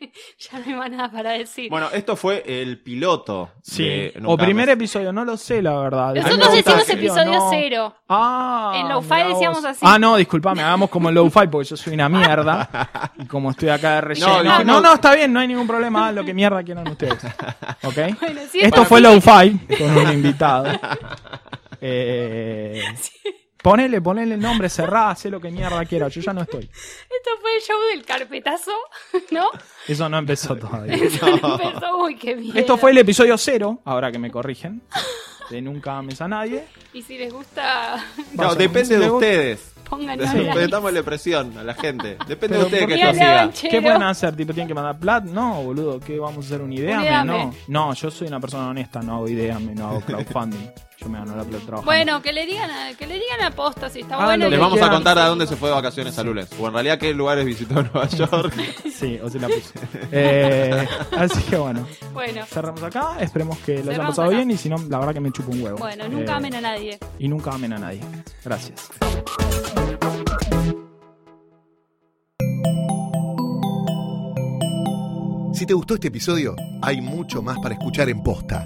ya no hay más nada para decir.
Bueno, esto fue el piloto.
Sí.
de Nunca
o primer
Más.
episodio, no lo sé, la verdad. A
Nosotros
mí me gusta
decimos
el video,
episodio
no.
cero.
Ah,
En Lo-Fi
mirá vos.
decíamos así.
Ah, no, disculpame, hagamos como en Lo-Fi porque yo soy una mierda. Y como estoy acá de relleno.
No,
No, no,
dijimos-
está bien, no hay ningún problema. hagan lo que mierda quieran ustedes. ¿Ok?
Bueno, sí,
Esto
para
fue
mí-
Lo-Fi con un invitado. Eh, ponele, ponele el nombre, cerrá, hacé lo que mierda quiera. Yo ya no estoy.
Esto fue el show del carpetazo, ¿no?
Eso no empezó todavía.
Empezó, uy, qué miedo.
Esto fue el episodio cero, ahora que me corrigen. De nunca ames a nadie.
Y si les gusta,
No, depende de ustedes.
pónganlo
Sí,
a hablar.
Dámosle presión a la gente. Depende
Pero
de ustedes
¿por
que
qué
esto
hablaban
siga.
Chero.
¿Qué pueden hacer? ¿Tipo tienen que mandar plat? No, boludo, ¿qué vamos a hacer? ¿Un ideame?
Ideame.
No, no, yo soy una persona honesta, no hago ideame, no hago crowdfunding. yo me gano la plata trabajando.
Bueno, que le digan a, que le digan a posta si está
Ah,
bueno.
lo
y
Les
que
que-
vamos a
quieran.
contar a dónde se fue de vacaciones a Lules. O en realidad qué lugares visitó en Nueva York.
Sí, o se la puse. Eh, así que bueno,
Bueno,
cerramos acá, esperemos que lo hayan
Cerramos
pasado
acá.
bien y si no, la verdad que me chupo un huevo.
bueno, nunca
Eh,
amen a nadie.
Y nunca amen a nadie. Gracias.
Si te gustó este episodio, hay mucho más para escuchar en Posta.